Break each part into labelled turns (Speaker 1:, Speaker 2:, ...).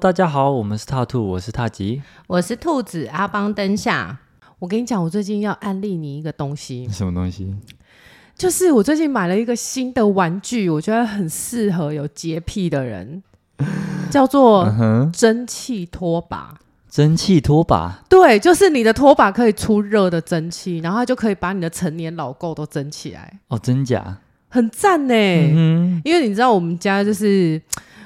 Speaker 1: 大家好，我们是踏兔，我是踏吉。
Speaker 2: 我是兔子阿邦灯下。我跟你讲，我最近要安利你一个东西，
Speaker 1: 什么东西？
Speaker 2: 就是我最近买了一个新的玩具，我觉得很适合有洁癖的人，叫做
Speaker 1: 嗯哼，
Speaker 2: 蒸汽拖把。
Speaker 1: 蒸汽拖把，
Speaker 2: 对，就是你的拖把可以出热的蒸汽，然后它就可以把你的成年老垢都蒸起来，
Speaker 1: 哦，真假？
Speaker 2: 很赞呢、
Speaker 1: 嗯
Speaker 2: 因为你知道我们家就是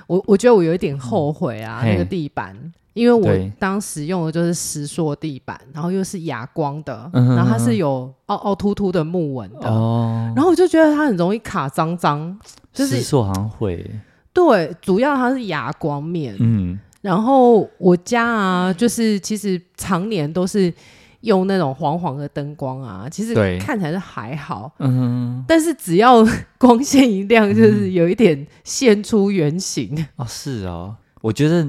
Speaker 2: 我，我觉得我有一点后悔啊，
Speaker 1: 嗯嘿
Speaker 2: 那个地板，因为
Speaker 1: 对
Speaker 2: 我当时用的就是石塑地板，然后又是哑光的，
Speaker 1: 嗯哼
Speaker 2: 然后它是有凹凹凸凸的木纹
Speaker 1: 哼，
Speaker 2: 的，
Speaker 1: 哦，
Speaker 2: 然后我就觉得它很容易卡脏脏。就是
Speaker 1: 石塑好像会，
Speaker 2: 对，主要它是哑光面，
Speaker 1: 嗯，
Speaker 2: 然后我家啊，就是其实常年都是用那种黄黄的灯光啊，其实
Speaker 1: 对
Speaker 2: 看起来是还好，
Speaker 1: 嗯
Speaker 2: 但是只要 光线一亮，就是有一点现出原形。
Speaker 1: 哦，是哦，我觉得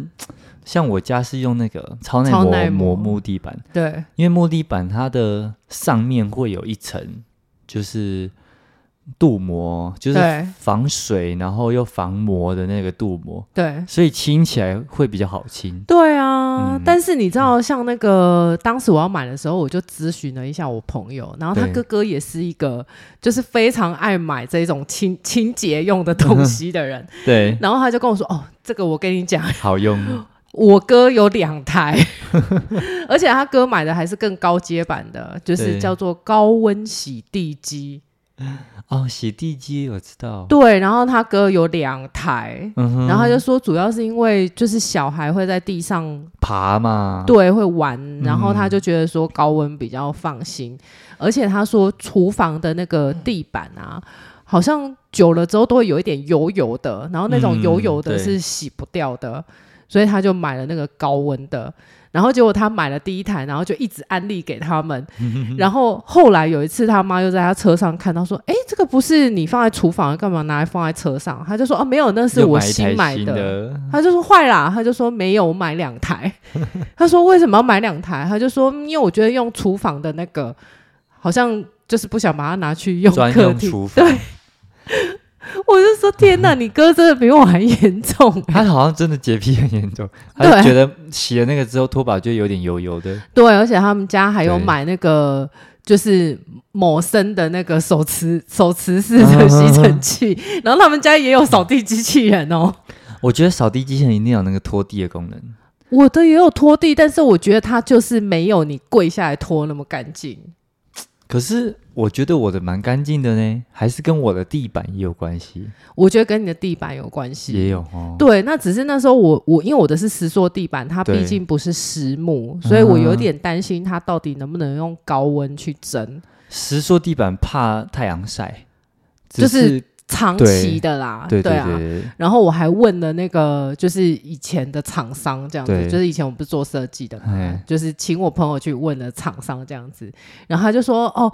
Speaker 1: 像我家是用那个超耐
Speaker 2: 超
Speaker 1: 磨
Speaker 2: 耐
Speaker 1: 磨
Speaker 2: 磨
Speaker 1: 木地板，
Speaker 2: 对，
Speaker 1: 因为木地板它的上面会有一层，就是镀膜，就是
Speaker 2: 对
Speaker 1: 防水，然后又防磨的那个镀膜，
Speaker 2: 对
Speaker 1: 所以清起来会比较好清。
Speaker 2: 对啊！
Speaker 1: 嗯
Speaker 2: 但是你知道，像那个当时我要买的时候，我就咨询了一下我朋友，然后他
Speaker 1: 对
Speaker 2: 哥哥也是一个就是非常爱买这种清 清洁用的东西的人，
Speaker 1: 对，
Speaker 2: 然后他就跟我说：“哦，这个我跟你讲，
Speaker 1: 好用。
Speaker 2: 我哥有 两台，而且他哥买的还是更高阶版的，就是
Speaker 1: 对
Speaker 2: 叫做高温洗地机。
Speaker 1: 哦，洗地机我知道。
Speaker 2: 对，然后他哥有两台，
Speaker 1: 嗯哼，
Speaker 2: 然后他就说主要是因为就是小孩会在地上
Speaker 1: 爬嘛。，
Speaker 2: 对会玩，然
Speaker 1: 嗯
Speaker 2: 后他就觉得说高温比较放心，而且他说厨房的那个地板啊。好像久了之后都会有一点油油的，然后那种
Speaker 1: 嗯
Speaker 2: 油油的
Speaker 1: 对
Speaker 2: 是洗不掉的，所以他就买了那个高温的。然后结果他买了第一台，然后就一直安利给 他们。然后后来有一次，他妈又在他车上看到说：“哎，这个不是你放在厨房，干嘛拿来放在车上？”他就说：“哦，没有，那是
Speaker 1: 又
Speaker 2: 我
Speaker 1: 买一台
Speaker 2: 新买
Speaker 1: 新
Speaker 2: 的。”他就说坏啦，他就说没有，我买两 台。他说为什么要买两台？他就说嗯因为我觉得用厨房的那个好像就是不想把它拿去用
Speaker 1: 专
Speaker 2: 客
Speaker 1: 用
Speaker 2: 厅。
Speaker 1: 厨房。
Speaker 2: 我就说天哪，你哥真的比我还严重、啊
Speaker 1: 他好像真的洁癖很严重，他
Speaker 2: 对
Speaker 1: 就觉得洗了那个之后拖把就有点油油的。
Speaker 2: 对，而且他们家还有
Speaker 1: 对
Speaker 2: 买那个就是某森的那个手持手持
Speaker 1: 嗯
Speaker 2: 式的吸尘器，然后他们家也有扫地机器人
Speaker 1: 嗯
Speaker 2: 哦。
Speaker 1: 我觉得扫地机器人一定要有那个拖地的功能。
Speaker 2: 我的也有拖地，但是我觉得它就是没有你跪下来拖那么干净。
Speaker 1: 可是我觉得我的蛮干净的呢，还是跟我的地板也有关系，
Speaker 2: 我觉得跟你的地板有关系，
Speaker 1: 也有哦。
Speaker 2: 对，那只是那时候我我因为我的是石塑地板，它
Speaker 1: 对啊
Speaker 2: 毕竟不是实木，所以我有点担心它到底能不能用高温去蒸，
Speaker 1: 石塑地板怕太阳晒，只
Speaker 2: 就是
Speaker 1: 是
Speaker 2: 长
Speaker 1: 对
Speaker 2: 期的啦，
Speaker 1: 对对
Speaker 2: 啊。
Speaker 1: 对，
Speaker 2: 然后我还问了那个，就是以前的厂商这样子
Speaker 1: 对，
Speaker 2: 就是以前我不是做设计的嘛
Speaker 1: 哎，
Speaker 2: 就是请我朋友去问了厂商这样子，然后他就说哦，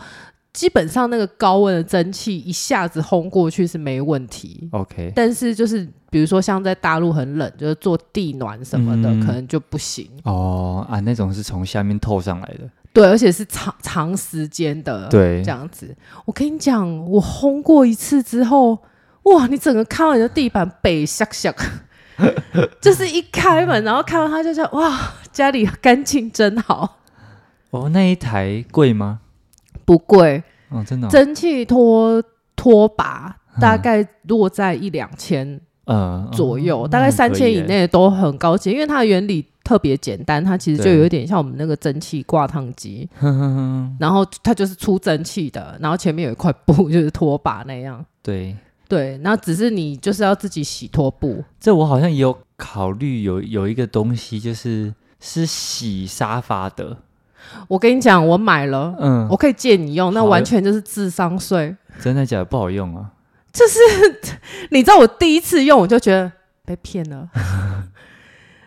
Speaker 2: 基本上那个高温的蒸汽一下子烘过去是没问题，
Speaker 1: OK，
Speaker 2: 但是就是比如说像在大陆很冷，就是做地暖什么的，
Speaker 1: 嗯
Speaker 2: 可能就不行。
Speaker 1: 哦啊，那种是从下面透上来的，
Speaker 2: 对，而且是长长时间的，，
Speaker 1: 对
Speaker 2: 呃这，样子。我跟你讲，我烘过一次之后，哇，你整个看到你的地板北下下， 就是一开门，然后看到它就叫哇，家里干净真好，
Speaker 1: 哦，那一台贵吗？
Speaker 2: 不贵，
Speaker 1: 哦，真的、哦，
Speaker 2: 蒸汽拖拖把大概落在一两千
Speaker 1: 呃
Speaker 2: 左右，
Speaker 1: 哦
Speaker 2: 大概
Speaker 1: 那
Speaker 2: 三
Speaker 1: 可
Speaker 2: 千
Speaker 1: 以
Speaker 2: 以
Speaker 1: 耶
Speaker 2: 内都很高级，因为它的原理特别简单，它其实就
Speaker 1: 对
Speaker 2: 有一点像我们那个蒸汽挂 烫机，然后它就是出蒸汽的，然后前面有一块布就是拖把那样，
Speaker 1: 对，
Speaker 2: 对，那只是你就是要自己洗拖布，
Speaker 1: 这我好像也有考虑有有一个东西，就是是洗沙发的，
Speaker 2: 我跟你讲，我买了，
Speaker 1: 嗯，
Speaker 2: 我可以借你用，那
Speaker 1: 好
Speaker 2: 完全就是智商税，
Speaker 1: 真的假的不好用啊，
Speaker 2: 你知道我第一次用我就觉得被骗 了，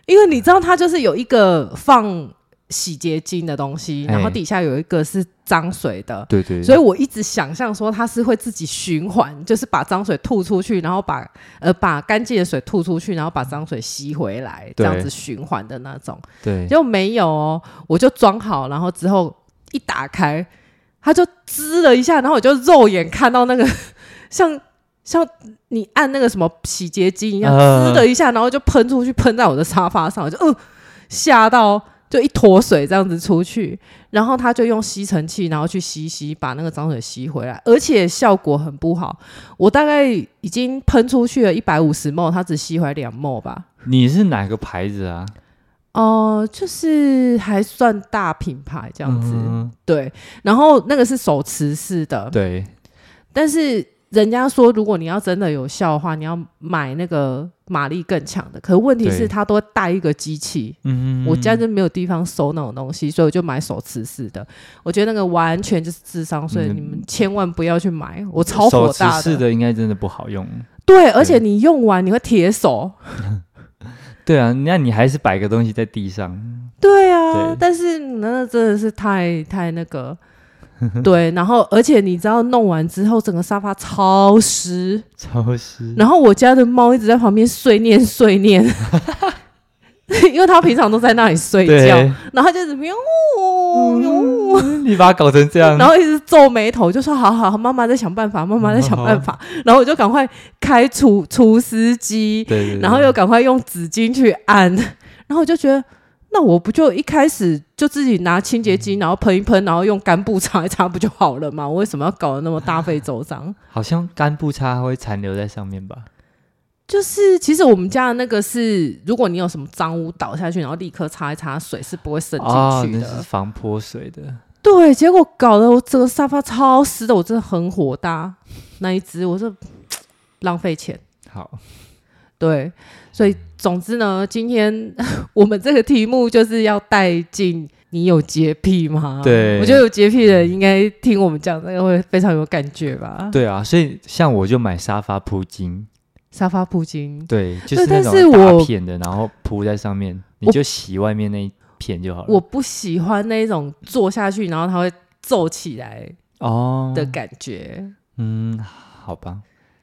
Speaker 2: 因为你知道它就是有一个放洗洁精的东西，然后
Speaker 1: 哎
Speaker 2: 底下有一个是脏水的。
Speaker 1: 对对
Speaker 2: 所以我一直想象说它是会自己循环，就是把脏水吐出去，然后把呃把干净的水吐出去，然后把脏水吸回来，
Speaker 1: 对
Speaker 2: 这样子循环的那种。
Speaker 1: 对，
Speaker 2: 结果没有哦，我就装好，然后之后一打开，它就滋了一下，然后我就肉眼看到那个 像像你按那个什么洗洁精一样，
Speaker 1: 嗯
Speaker 2: 滋的一下，然后就喷出去，喷在我的沙发上，我就呃吓到，就一坨水这样子出去。然后他就用吸尘器，然后去吸吸，把那个脏水吸回来，而且效果很不好。我大概已经喷出去了一百五十沫，他只吸回来两沫吧。
Speaker 1: 你是哪个牌子啊？
Speaker 2: 哦、就是还算大品牌这
Speaker 1: 这
Speaker 2: 样子，对。然后那个是手持式的，
Speaker 1: 嗯对，
Speaker 2: 但是人家说，如果你要真的有效的话，你要买那个马力更强的。可是问题
Speaker 1: 对
Speaker 2: 是，它都会带一个机器，
Speaker 1: 嗯
Speaker 2: 我家就没有地方收那种东西，所以我就买手持式的。我觉得那个完全就是智商税，
Speaker 1: 嗯
Speaker 2: 你们千万不要去买，我超火
Speaker 1: 手持
Speaker 2: 大
Speaker 1: 式的应该真的不好用。
Speaker 2: 对，而且你用完你会铁手。
Speaker 1: 对啊，那你还是摆个东西在地上，
Speaker 2: 对啊，
Speaker 1: 对
Speaker 2: 但是那真的是太太那个。 对，然后而且你知道弄完之后，整个沙发超湿，
Speaker 1: 潮湿。
Speaker 2: 然后我家的猫一直在旁边碎念碎念， 因为它平常都在那里睡觉，
Speaker 1: 对，
Speaker 2: 然后它就是喵喵，
Speaker 1: 你把它搞成这样，
Speaker 2: 然后一直皱眉头，就说好好，好妈妈在想办法，妈妈在想
Speaker 1: 哦
Speaker 2: 办法，然后我就赶快开除除湿机，
Speaker 1: 对对对，
Speaker 2: 然后又赶快用纸巾去按， 然后我就觉得。那我不就一开始就自己拿清洁
Speaker 1: 嗯
Speaker 2: 剂，然后喷一喷，然后用干布擦一擦不就好了吗？我为什么要搞得那么大费周章？
Speaker 1: 好像干布擦会残留在上面吧？
Speaker 2: 就是其实我们家的那个是，如果你有什么脏污倒下去，然后立刻擦一擦，水是不会渗
Speaker 1: 哦
Speaker 2: 进去
Speaker 1: 那
Speaker 2: 的。
Speaker 1: 是防泼水的。
Speaker 2: 对，结果搞得我整个沙发超湿的，我真的很火大。那一只我是浪费钱，
Speaker 1: 好，
Speaker 2: 对，所以总之呢，今天 我们这个题目就是要带进你有洁癖吗？
Speaker 1: 对
Speaker 2: 我觉得有洁癖的人应该听我们讲这个会非常有感觉吧。
Speaker 1: 对啊，所以像我就买沙发铺巾，
Speaker 2: 沙发布巾，
Speaker 1: 对，就是那
Speaker 2: 但是
Speaker 1: 种
Speaker 2: 我
Speaker 1: 大片的，然后铺在上面，你
Speaker 2: 我
Speaker 1: 就洗外面那一片就好了。
Speaker 2: 我不喜欢那种坐下去然后它会皱起来
Speaker 1: 哦
Speaker 2: 的感觉。
Speaker 1: 嗯，好吧，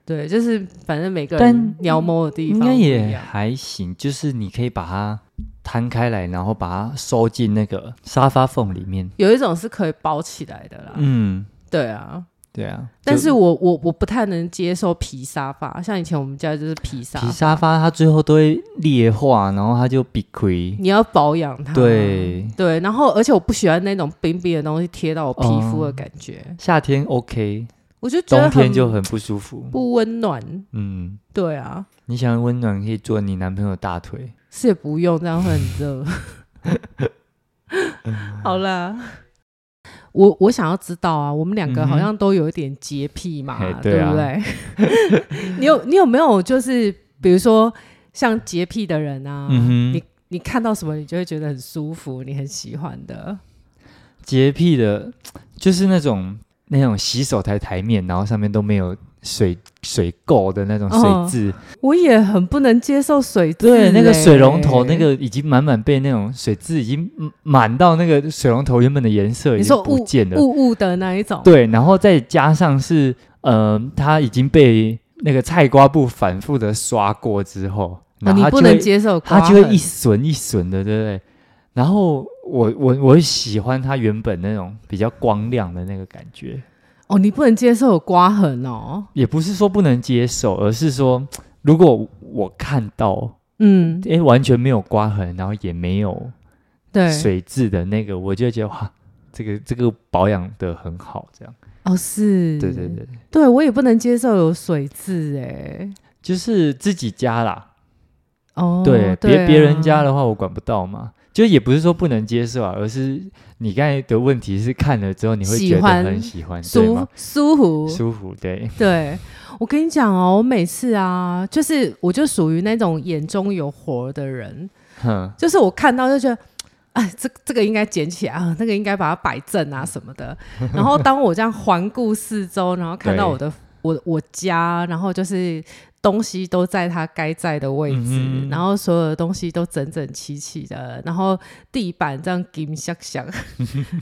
Speaker 2: 对，就是反正每个人
Speaker 1: 但
Speaker 2: 描摹的地
Speaker 1: 应
Speaker 2: 方
Speaker 1: 该
Speaker 2: 不一
Speaker 1: 也
Speaker 2: 样。
Speaker 1: 还行，就是你可以把它摊开来，然后把它收进那个沙发缝里面。
Speaker 2: 有一种是可以包起来的啦，
Speaker 1: 嗯，
Speaker 2: 对啊。
Speaker 1: 对啊。
Speaker 2: 但是
Speaker 1: 就
Speaker 2: 我我我不太能接受皮沙发，像以前我们家就是皮沙发，
Speaker 1: 皮沙发它最后都会裂化，然后它就避亏。
Speaker 2: 你要啊保养它。
Speaker 1: 对，
Speaker 2: 对，然后而且我不喜欢那种冰冰的东西贴到我皮肤的
Speaker 1: 哦
Speaker 2: 感觉，
Speaker 1: 夏天 OK，
Speaker 2: 我就觉得
Speaker 1: 冬天
Speaker 2: 很
Speaker 1: 就很不舒服。
Speaker 2: 不温暖。
Speaker 1: 嗯，
Speaker 2: 对啊，
Speaker 1: 你想温暖可以坐你男朋友大腿。
Speaker 2: 是也不用，这样会很 热。
Speaker 1: 嗯
Speaker 2: 好啦，我我想要知道啊，我们两个
Speaker 1: 嗯哼
Speaker 2: 好像都有一点洁癖嘛，
Speaker 1: 嘿
Speaker 2: 对
Speaker 1: 对啊
Speaker 2: 不对？ 你有你有没有就是比如说像洁癖的人啊，
Speaker 1: 嗯
Speaker 2: 你
Speaker 1: 哼，
Speaker 2: 你看到什么你就会觉得很舒服，你很喜欢的
Speaker 1: 洁癖的，就是那种那种洗手台台面，然后上面都没有水水垢的那种
Speaker 2: 哦
Speaker 1: 水渍。
Speaker 2: 我也很不能接受水渍
Speaker 1: 对，
Speaker 2: 欸、
Speaker 1: 那个水龙头那个已经满满被那种水渍已经嗯满到那个水龙头原本的颜色已
Speaker 2: 你
Speaker 1: 经
Speaker 2: 说
Speaker 1: 不
Speaker 2: 雾
Speaker 1: 见了。
Speaker 2: 雾雾的那一种，
Speaker 1: 对，然后再加上是呃，它已经被那个菜瓜布反复的刷过之后，
Speaker 2: 哦，
Speaker 1: 然
Speaker 2: 你
Speaker 1: 后它就
Speaker 2: 不
Speaker 1: 会
Speaker 2: 能接受刮
Speaker 1: 它
Speaker 2: 痕，
Speaker 1: 就会一损一损的，对不对？然后我我我喜欢它原本那种比较光亮的那个感觉，
Speaker 2: 哦，你不能接受有刮痕哦，
Speaker 1: 也不是说不能接受，而是说如果我看到
Speaker 2: 嗯，
Speaker 1: 诶完全没有刮痕，然后也没有
Speaker 2: 对，
Speaker 1: 水质的那个，我就觉得哇，这个这个保养的很好，这样。
Speaker 2: 哦，是，
Speaker 1: 对对，对，
Speaker 2: 对我也不能接受有水渍哎，
Speaker 1: 就是自己家啦，
Speaker 2: 哦，
Speaker 1: 对，
Speaker 2: 啊
Speaker 1: 别别人家，的话我管不到嘛。就也不是说不能接受啊，而是你刚才的问题是看了之后你会
Speaker 2: 喜
Speaker 1: 觉得
Speaker 2: 欢
Speaker 1: 很喜欢，对
Speaker 2: 舒
Speaker 1: 吗？
Speaker 2: 舒服，
Speaker 1: 舒服，对，
Speaker 2: 对。我跟你讲哦，我每次啊，就是我就属于那种眼中有活的人，
Speaker 1: 哼，
Speaker 2: 就是我看到就觉得，哎，这这个应该捡起来啊，那个应该把它摆正啊什 么的。然后当我这样环顾四周，然后看到
Speaker 1: 对
Speaker 2: 我的我我家，然后就是东西都在它该在的位置，
Speaker 1: 嗯哼
Speaker 2: 然后所有的东西都整整齐齐的，然后地板这样金响 响，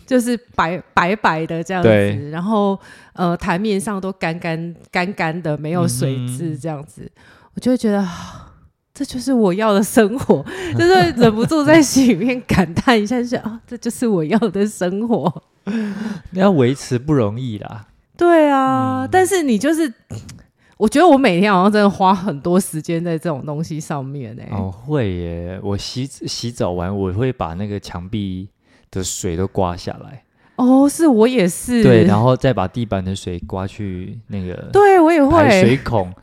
Speaker 2: 就是白白白的这样子
Speaker 1: 对，
Speaker 2: 然后呃台面上都干干干干的，没有水
Speaker 1: 嗯
Speaker 2: 渍
Speaker 1: 哼
Speaker 2: 这样子，我就会觉得。 啊这就是我要的生活， 就是会忍不住在心里面感叹一下，就是啊，这就是我要的生活。
Speaker 1: 要维持不容易啦。嗯
Speaker 2: 对啊，但是你就是，我觉得我每天好像真的花很多时间在这种东西上面欸呢、
Speaker 1: 哦，会耶！我洗洗澡完，我会把那个墙壁的水都刮下来，
Speaker 2: 哦，是我也是，
Speaker 1: 对，然后再把地板的水刮去那个
Speaker 2: 对我也
Speaker 1: 排
Speaker 2: 会
Speaker 1: 水孔，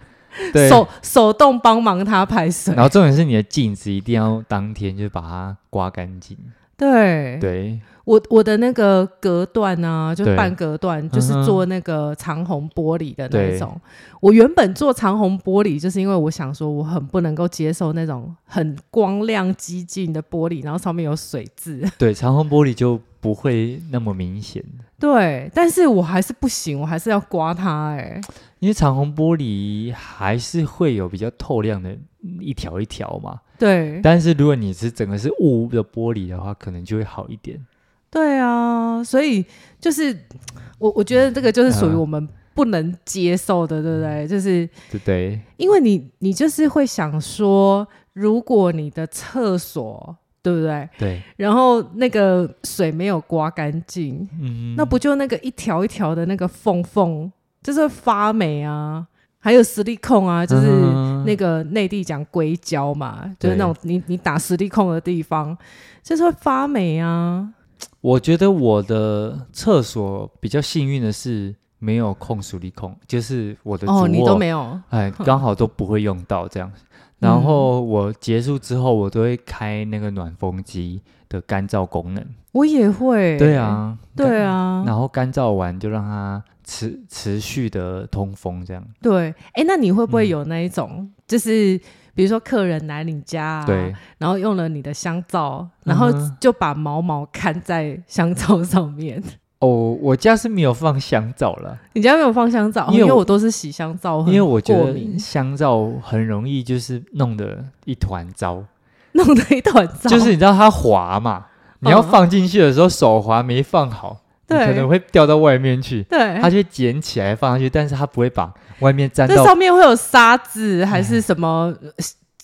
Speaker 1: 对。
Speaker 2: 手手动帮忙他排水
Speaker 1: 然，后重点是你的镜子一定要当天就把它刮干净，
Speaker 2: 对，
Speaker 1: 对，
Speaker 2: 我我的那个隔断啊，就是
Speaker 1: 对
Speaker 2: 半隔断，就是
Speaker 1: 嗯哼
Speaker 2: 做那个长虹玻璃的那一
Speaker 1: 对
Speaker 2: 种。我原本做长虹玻璃，就是因为我想说我很不能够接受那种很光亮激进的玻璃，然后上面有水渍。
Speaker 1: 对，长虹玻璃就不会那么明显，
Speaker 2: 对，但是我还是不行，我还是要刮它、哎，
Speaker 1: 因为长虹玻璃还是会有比较透亮的一条一条嘛。
Speaker 2: 对，
Speaker 1: 但是如果你是整个是雾的玻璃的话，可能就会好一点。
Speaker 2: 对啊，所以就是我我觉得这个就是属于
Speaker 1: 嗯
Speaker 2: 我们不能接受的，对不对？就是
Speaker 1: 对不对？
Speaker 2: 因为你你就是会想说，如果你的厕所对不对，
Speaker 1: 对，
Speaker 2: 然后那个水没有刮干净，
Speaker 1: 嗯，
Speaker 2: 那不就那个一条一条的那个缝缝，就是会发霉啊，还有实力控啊，就是。
Speaker 1: 嗯
Speaker 2: 那个内地讲硅胶嘛，就是那种你你打实力控的地方，就是会发霉啊。
Speaker 1: 我觉得我的厕所比较幸运的是没有控水力控，就是我的主卧，
Speaker 2: 哦，你都没有，
Speaker 1: 哎， 刚好都不会用到这样。然后我结束之后，我都会开那个暖风机的干燥功能。
Speaker 2: 我也会。
Speaker 1: 对，啊，
Speaker 2: 对啊
Speaker 1: 干，，然后干燥完就让它持持续的通风，这样。
Speaker 2: 对。哎，那你会不会
Speaker 1: 嗯
Speaker 2: 有那一种，就是比如说客人来你家、啊，
Speaker 1: 对，
Speaker 2: 然后用了你的香皂，然后
Speaker 1: 嗯哼
Speaker 2: 就把毛毛看在香皂上面。
Speaker 1: 哦，我家是没有放香皂了，
Speaker 2: 你家没有放香皂，哦
Speaker 1: 因
Speaker 2: 因
Speaker 1: 为
Speaker 2: 为
Speaker 1: 我
Speaker 2: 我都是洗香皂，
Speaker 1: 因为我觉
Speaker 2: 哦很过
Speaker 1: 得
Speaker 2: 敏，
Speaker 1: 香皂很容易就是弄得一团糟。
Speaker 2: 弄得一团糟，嗯
Speaker 1: 就是你知道它滑嘛，你要放进去的时候手滑没放好，你
Speaker 2: 对哎
Speaker 1: 可能会掉到外面去。
Speaker 2: 对
Speaker 1: 它，就会捡起来放上去，但是它不会把外面沾
Speaker 2: 这
Speaker 1: 到。
Speaker 2: 上面会有沙子还是什么呃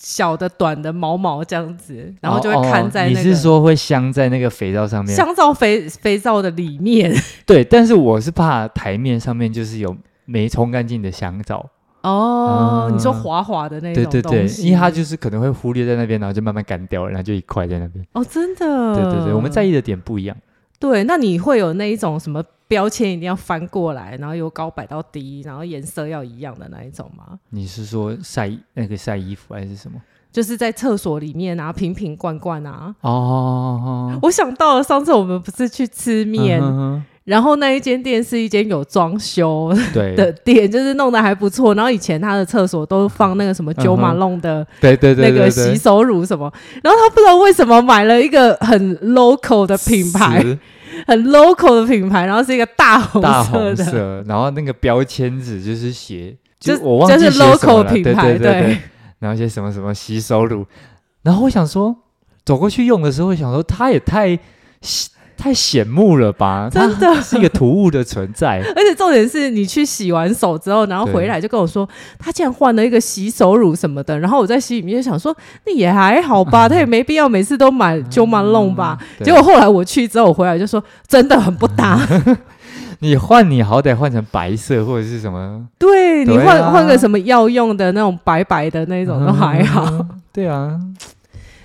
Speaker 2: 小的短的毛毛这样子，然后就会看在
Speaker 1: 哦
Speaker 2: 那
Speaker 1: 你
Speaker 2: 个、
Speaker 1: 是说会镶在那个肥皂上面？
Speaker 2: 香皂肥肥皂的里面
Speaker 1: 对，但是我是怕台面上面就是有没冲干净的香皂。
Speaker 2: 哦，
Speaker 1: 啊
Speaker 2: 你说滑滑的那
Speaker 1: 对
Speaker 2: 种
Speaker 1: 对对
Speaker 2: 东，西
Speaker 1: 因为它就是可能会忽略在那边，然后就慢慢干掉了，然后就一块在那边。
Speaker 2: 哦，真的，
Speaker 1: 对对对，我们在意的点不一样。
Speaker 2: 对，那你会有那一种什么标签一定要翻过来，然后由高摆到低，然后颜色要一样的那一种吗？
Speaker 1: 你是说晒那个晒衣服还是什么？
Speaker 2: 就是在厕所里面啊，瓶瓶罐罐啊。
Speaker 1: 哦，
Speaker 2: 我想到了上次我们不是去吃面，
Speaker 1: 嗯
Speaker 2: 然后那一间店是一间有装修
Speaker 1: 哼对
Speaker 2: 的店，就是弄得还不错。然后以前他的厕所都放那个什么
Speaker 1: 嗯哼
Speaker 2: 九马弄的
Speaker 1: 对对对
Speaker 2: 那
Speaker 1: 对对
Speaker 2: 个洗手乳什么，然后他不知道为什么买了一个很 local 的品牌，
Speaker 1: 是
Speaker 2: 很 local 的品牌，然后是一个大红
Speaker 1: 大
Speaker 2: 色
Speaker 1: 红
Speaker 2: 的，
Speaker 1: 色，然后那个标签纸就是写，就
Speaker 2: 就
Speaker 1: 我忘记
Speaker 2: 就是
Speaker 1: 写什么
Speaker 2: local
Speaker 1: 了
Speaker 2: 品牌
Speaker 1: 对对对
Speaker 2: 对
Speaker 1: 对，然后写什么什么洗手乳，然后我想说走过去用的时候，我想说它也太太显目了吧，它
Speaker 2: 真的
Speaker 1: 是一个突兀的存 在，
Speaker 2: 而且重点是你去洗完手之后，然后回来就跟我说，他竟然换了一个洗手乳什么的。然后我在心里面就想说，那也还好 吧，他也没必要每次都买 Jo m a l o n 吧。
Speaker 1: 嗯对
Speaker 2: 结果后来我去之后，我回来就说真的很不 搭。
Speaker 1: 你换你好歹换成白色或者是什么
Speaker 2: 对你
Speaker 1: 对啊
Speaker 2: 换换个什么药用的那种白白的那种都还好。，
Speaker 1: 嗯对啊，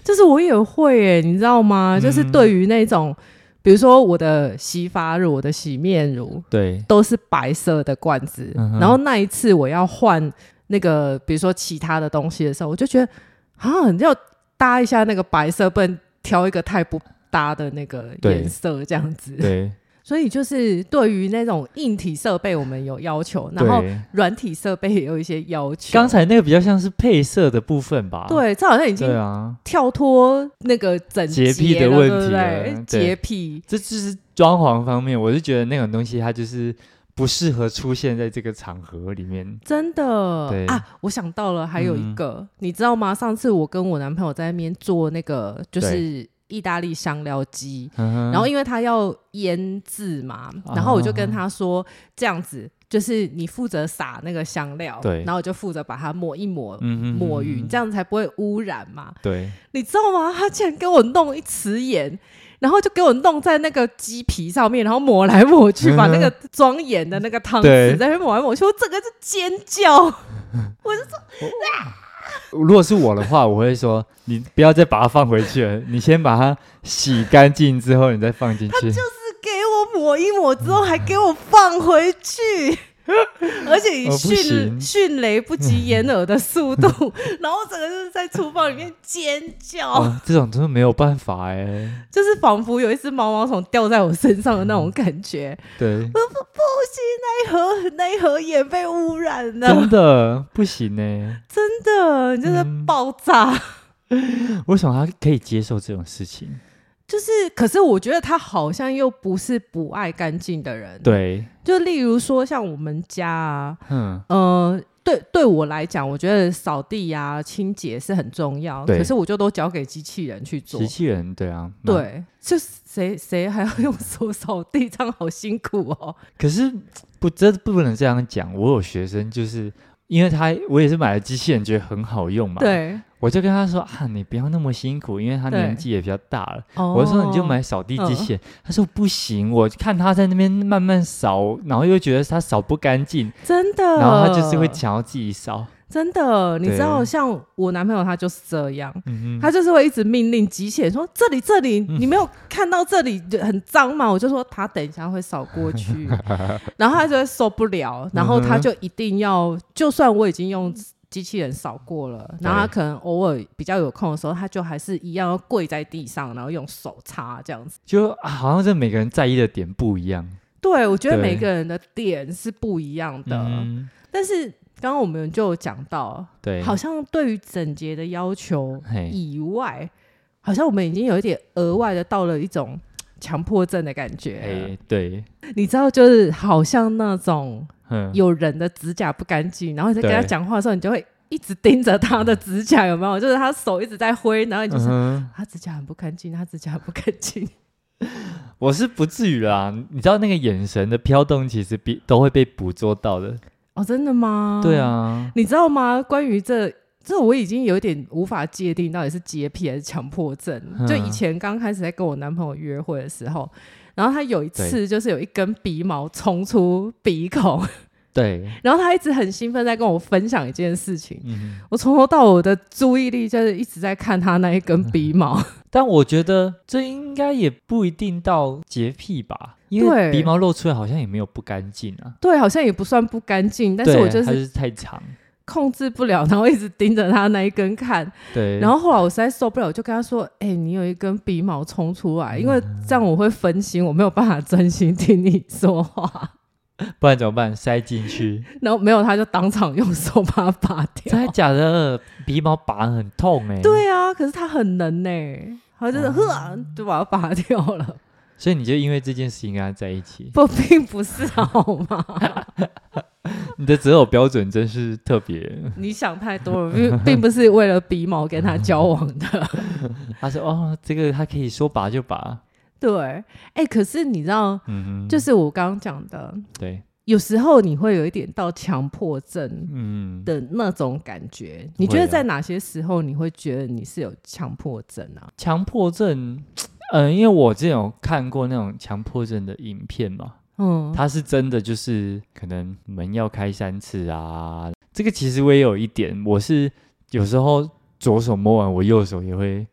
Speaker 2: 就是我也会耶，你知道吗？就是
Speaker 1: 嗯
Speaker 2: 对于那种，比如说我的洗发乳、我的洗面乳，
Speaker 1: 对，
Speaker 2: 都是白色的罐子。
Speaker 1: 嗯哼
Speaker 2: 然后那一次我要换那个，比如说其他的东西的时候，我就觉得啊，你要搭一下那个白色，不能挑一个太不搭的那个
Speaker 1: 对
Speaker 2: 颜色这 样子。
Speaker 1: 对
Speaker 2: 所以就是对于那种硬体设备，我们有要求，然后
Speaker 1: 对，
Speaker 2: 软体设备也有一些要求。
Speaker 1: 刚才那个比较像是配色的部分吧，
Speaker 2: 对，这好像已经
Speaker 1: 对啊，
Speaker 2: 跳脱那个整洁
Speaker 1: 洁癖的
Speaker 2: 了
Speaker 1: 问
Speaker 2: 对不
Speaker 1: 题
Speaker 2: 对
Speaker 1: 了？对
Speaker 2: 洁癖，
Speaker 1: 这就是装潢方面，我是觉得那种东西它就是不适合出现在这个场合里面。
Speaker 2: 真的
Speaker 1: 对
Speaker 2: 啊！我想到了，还有一
Speaker 1: 嗯
Speaker 2: 个，你知道吗？上次我跟我男朋友在那边做那个，就是意大利香料鸡，
Speaker 1: 嗯然
Speaker 2: 然后因为他要腌制嘛，
Speaker 1: 啊
Speaker 2: 然后我就跟他说、这样子，就是你负责撒那个香料，
Speaker 1: 对
Speaker 2: 然后我就负责把它抹一抹。
Speaker 1: 嗯
Speaker 2: 抹匀，这
Speaker 1: 样
Speaker 2: 样才不会污染嘛？
Speaker 1: 对，
Speaker 2: 你知道吗？他竟然给我弄一匙盐，然后就给我弄在那个鸡皮上面，然后抹来抹
Speaker 1: 嗯
Speaker 2: 去，
Speaker 1: 哼
Speaker 2: 把那个装盐的那个汤
Speaker 1: 对
Speaker 2: 匙在那边抹来抹去，我整个就尖叫。
Speaker 1: 如果是我的话，我会说你不要再把它放回去了，你先把它洗干净之后，你再放进去。
Speaker 2: 给我抹一抹之后，还给我放回 去，而且以
Speaker 1: 哦不
Speaker 2: 迅
Speaker 1: 行
Speaker 2: 迅雷不及掩耳的 速度，然后整个就是在厨房里面尖叫，
Speaker 1: 哦，这种真的没有办法哎、
Speaker 2: 就是仿佛有一只毛毛虫掉在我身上的那种感觉。
Speaker 1: 对，
Speaker 2: 不行，奈何奈何也被污染了，
Speaker 1: 真的不行哎、
Speaker 2: 真的，你就是
Speaker 1: 嗯
Speaker 2: 爆炸。
Speaker 1: 为什么他可以接受这种事情？
Speaker 2: 就是，可是我觉得他好像又不是不爱干净的人。，
Speaker 1: 对，
Speaker 2: 就例如说像我们家啊，
Speaker 1: 嗯，
Speaker 2: 呃，对，对我来讲，我觉得扫地啊、清洁是很重要，
Speaker 1: 对
Speaker 2: 可是我就都交给机器人去做
Speaker 1: 机。器人对啊，蛮。
Speaker 2: 对，就是谁谁还要用手扫地，这样好辛苦哦。
Speaker 1: 可是不，这不能这样讲。我有学生就是。因为他我也是买了机器人，觉得很好用嘛，，
Speaker 2: 对，
Speaker 1: 我就跟他说啊，你不要那么辛苦，因为他
Speaker 2: 对
Speaker 1: 年纪也比较大了，
Speaker 2: 哦
Speaker 1: 我就说你就买扫地机器人，他说不行，我看他在那边慢慢扫，然后又觉得他扫不干净，
Speaker 2: 真的，
Speaker 1: 然后他就是会想要自己扫。
Speaker 2: 真的，你
Speaker 1: 对
Speaker 2: 知道，像我男朋友他就是这样，
Speaker 1: 嗯哼，
Speaker 2: 他就是会一直命令机器人说这里这里，你没有看到这里就很脏吗？我就说他等一下会扫过去， 然后他就会受不了，然后他就一定要，就算我已经用。机器人扫过了，然后他可能偶尔比较有空的时候，他就还是一样要跪在地上，然后用手擦这样子。
Speaker 1: 就啊好像这每个人在意的点不一样
Speaker 2: 对，我觉得
Speaker 1: 对
Speaker 2: 每个人的点是不一样的。
Speaker 1: 的，
Speaker 2: 但是刚刚我们就有讲到，
Speaker 1: 嗯对，
Speaker 2: 好像对于整洁的要求
Speaker 1: 嘿
Speaker 2: 以外，好像我们已经有一点额外的到了一种强迫症的感
Speaker 1: 哎、
Speaker 2: 觉。
Speaker 1: 对，
Speaker 2: 你知道，就是好像那种
Speaker 1: 嗯，
Speaker 2: 有人的指甲不干净，然后你在跟他
Speaker 1: 对
Speaker 2: 讲话的时候，你就会一直盯着他的 指甲，有没有？就是他手一直在挥，然后你就
Speaker 1: 嗯
Speaker 2: 是、
Speaker 1: 哼，
Speaker 2: 他指甲很不干净，他指甲很不干净。
Speaker 1: 我是不至于啦，你知道那个眼神的飘动，其实比都会被捕捉到的。
Speaker 2: 哦，真的吗？
Speaker 1: 对，啊，
Speaker 2: 你知道吗？关于这。这我已经有点无法界定到底是洁癖还是强迫症。
Speaker 1: 嗯
Speaker 2: 就以前刚开始在跟我男朋友约会的时候，然后他有一次就是有一根鼻毛冲出鼻孔，
Speaker 1: 对，
Speaker 2: 然后他一直很兴奋在跟我分享一件事情。
Speaker 1: 嗯哼，
Speaker 2: 我从头到尾我的注意力就是一直在看他那一根鼻毛，
Speaker 1: 但我觉得这应该也不一定到洁癖吧，因
Speaker 2: 对
Speaker 1: 为鼻毛露出来好像也没有不干净啊。
Speaker 2: 对，好像也不算不干净，但是
Speaker 1: 对
Speaker 2: 我就
Speaker 1: 它
Speaker 2: 是
Speaker 1: 是太长，
Speaker 2: 控制不了，然后一直盯着他那一根看。
Speaker 1: 对，
Speaker 2: 然后后来我实在受不了，我就跟他说：“哎、你有一根鼻毛冲出
Speaker 1: 嗯
Speaker 2: 来，因为这样我会分心，我没有办法专心听你说话。
Speaker 1: 不然怎么办？塞进去？”
Speaker 2: 然后没有，他就当场用手把它拔
Speaker 1: 真
Speaker 2: 掉。
Speaker 1: 的假的？鼻毛拔很痛哎、，
Speaker 2: 对啊，可是他很能呢、他
Speaker 1: 哦
Speaker 2: 就是呵、啊，就把它拔掉了。
Speaker 1: 所以你就因为这件事情跟他在一起，
Speaker 2: 不，并不是好吗？
Speaker 1: 你的择偶标准真是特别。
Speaker 2: 你想太多了，并并不是为了鼻毛跟他交往的。
Speaker 1: 他说哦，这个他可以说拔就拔，
Speaker 2: 对，哎、可是你知道，
Speaker 1: 嗯哼，
Speaker 2: 就是我刚刚讲的，
Speaker 1: 对，
Speaker 2: 有时候你会有一点到强迫症。
Speaker 1: 嗯，
Speaker 2: 的那种感觉。你
Speaker 1: 会
Speaker 2: 觉得
Speaker 1: 啊
Speaker 2: 在哪些时候你会觉得你是有强迫症啊？
Speaker 1: 强迫症。嗯，因为我之前有看过那种强迫症的影片嘛，
Speaker 2: 嗯，
Speaker 1: 他是真的就是可能门要开三次啊。这个其实我也有一点，我是有时候左手摸完，我右手也会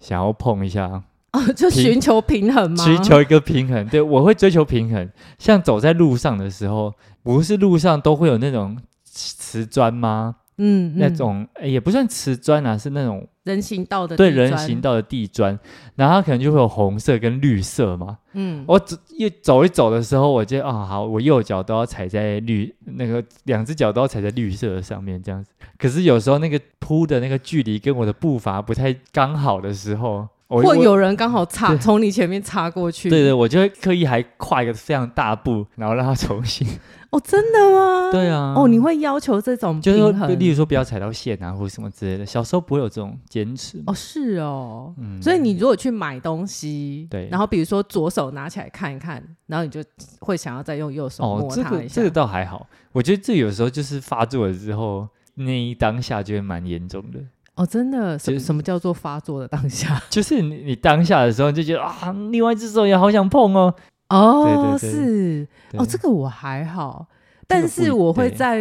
Speaker 1: 想要碰一下，
Speaker 2: 哦，就
Speaker 1: 平
Speaker 2: 寻求平衡吗？
Speaker 1: 追求一个平衡。对我会追求平衡，像走在路上的时候，不是路上都会有那种瓷砖吗？
Speaker 2: 嗯，嗯
Speaker 1: 那种、诶也不算瓷砖啊，是那种
Speaker 2: 人行道的
Speaker 1: 对
Speaker 2: 地
Speaker 1: 人
Speaker 2: 砖
Speaker 1: 行，道的地砖，然后它可能就会有红色跟绿色嘛。
Speaker 2: 嗯，
Speaker 1: 我走一走一走的时候，我就啊、好，我右脚都要踩在绿那个，两只脚都要踩在绿色的上面这样子。可是有时候那个铺的那个距离跟我的步伐不太刚好的时候，我
Speaker 2: 或
Speaker 1: 我
Speaker 2: 有人刚好插
Speaker 1: 对
Speaker 2: 从你前面插过去，
Speaker 1: 对对，，我就会刻意还跨一个非常大步，然后让它重 新。
Speaker 2: 哦，真的吗？
Speaker 1: 对啊，
Speaker 2: 哦，你会要求这种
Speaker 1: 就是
Speaker 2: 平
Speaker 1: 说，例
Speaker 2: 衡？
Speaker 1: 如说不要踩到线啊，或者什么之类的。小时候不会有这种坚持嘛，
Speaker 2: 哦，是哦。
Speaker 1: 嗯，
Speaker 2: 所以你如果去买东西，
Speaker 1: 对
Speaker 2: 然后比如说左手拿起来看一看，然后你就会想要再用右手
Speaker 1: 哦，
Speaker 2: 摸
Speaker 1: 这
Speaker 2: 它
Speaker 1: 个
Speaker 2: 一下。
Speaker 1: 这个倒还好，我觉得这有时候就是发作了之后，那一当下就会蛮严重的。
Speaker 2: 哦，真的，什
Speaker 1: 就
Speaker 2: 么什么叫做发作的当 下？
Speaker 1: 就是你你当下的时候你就觉得啊，另外一只手也好想碰哦。
Speaker 2: 哦，
Speaker 1: 对对对
Speaker 2: 是
Speaker 1: 对
Speaker 2: 哦哦，这个我还好，
Speaker 1: 这个
Speaker 2: 但
Speaker 1: 不
Speaker 2: 是
Speaker 1: 一
Speaker 2: 我会
Speaker 1: 对
Speaker 2: 在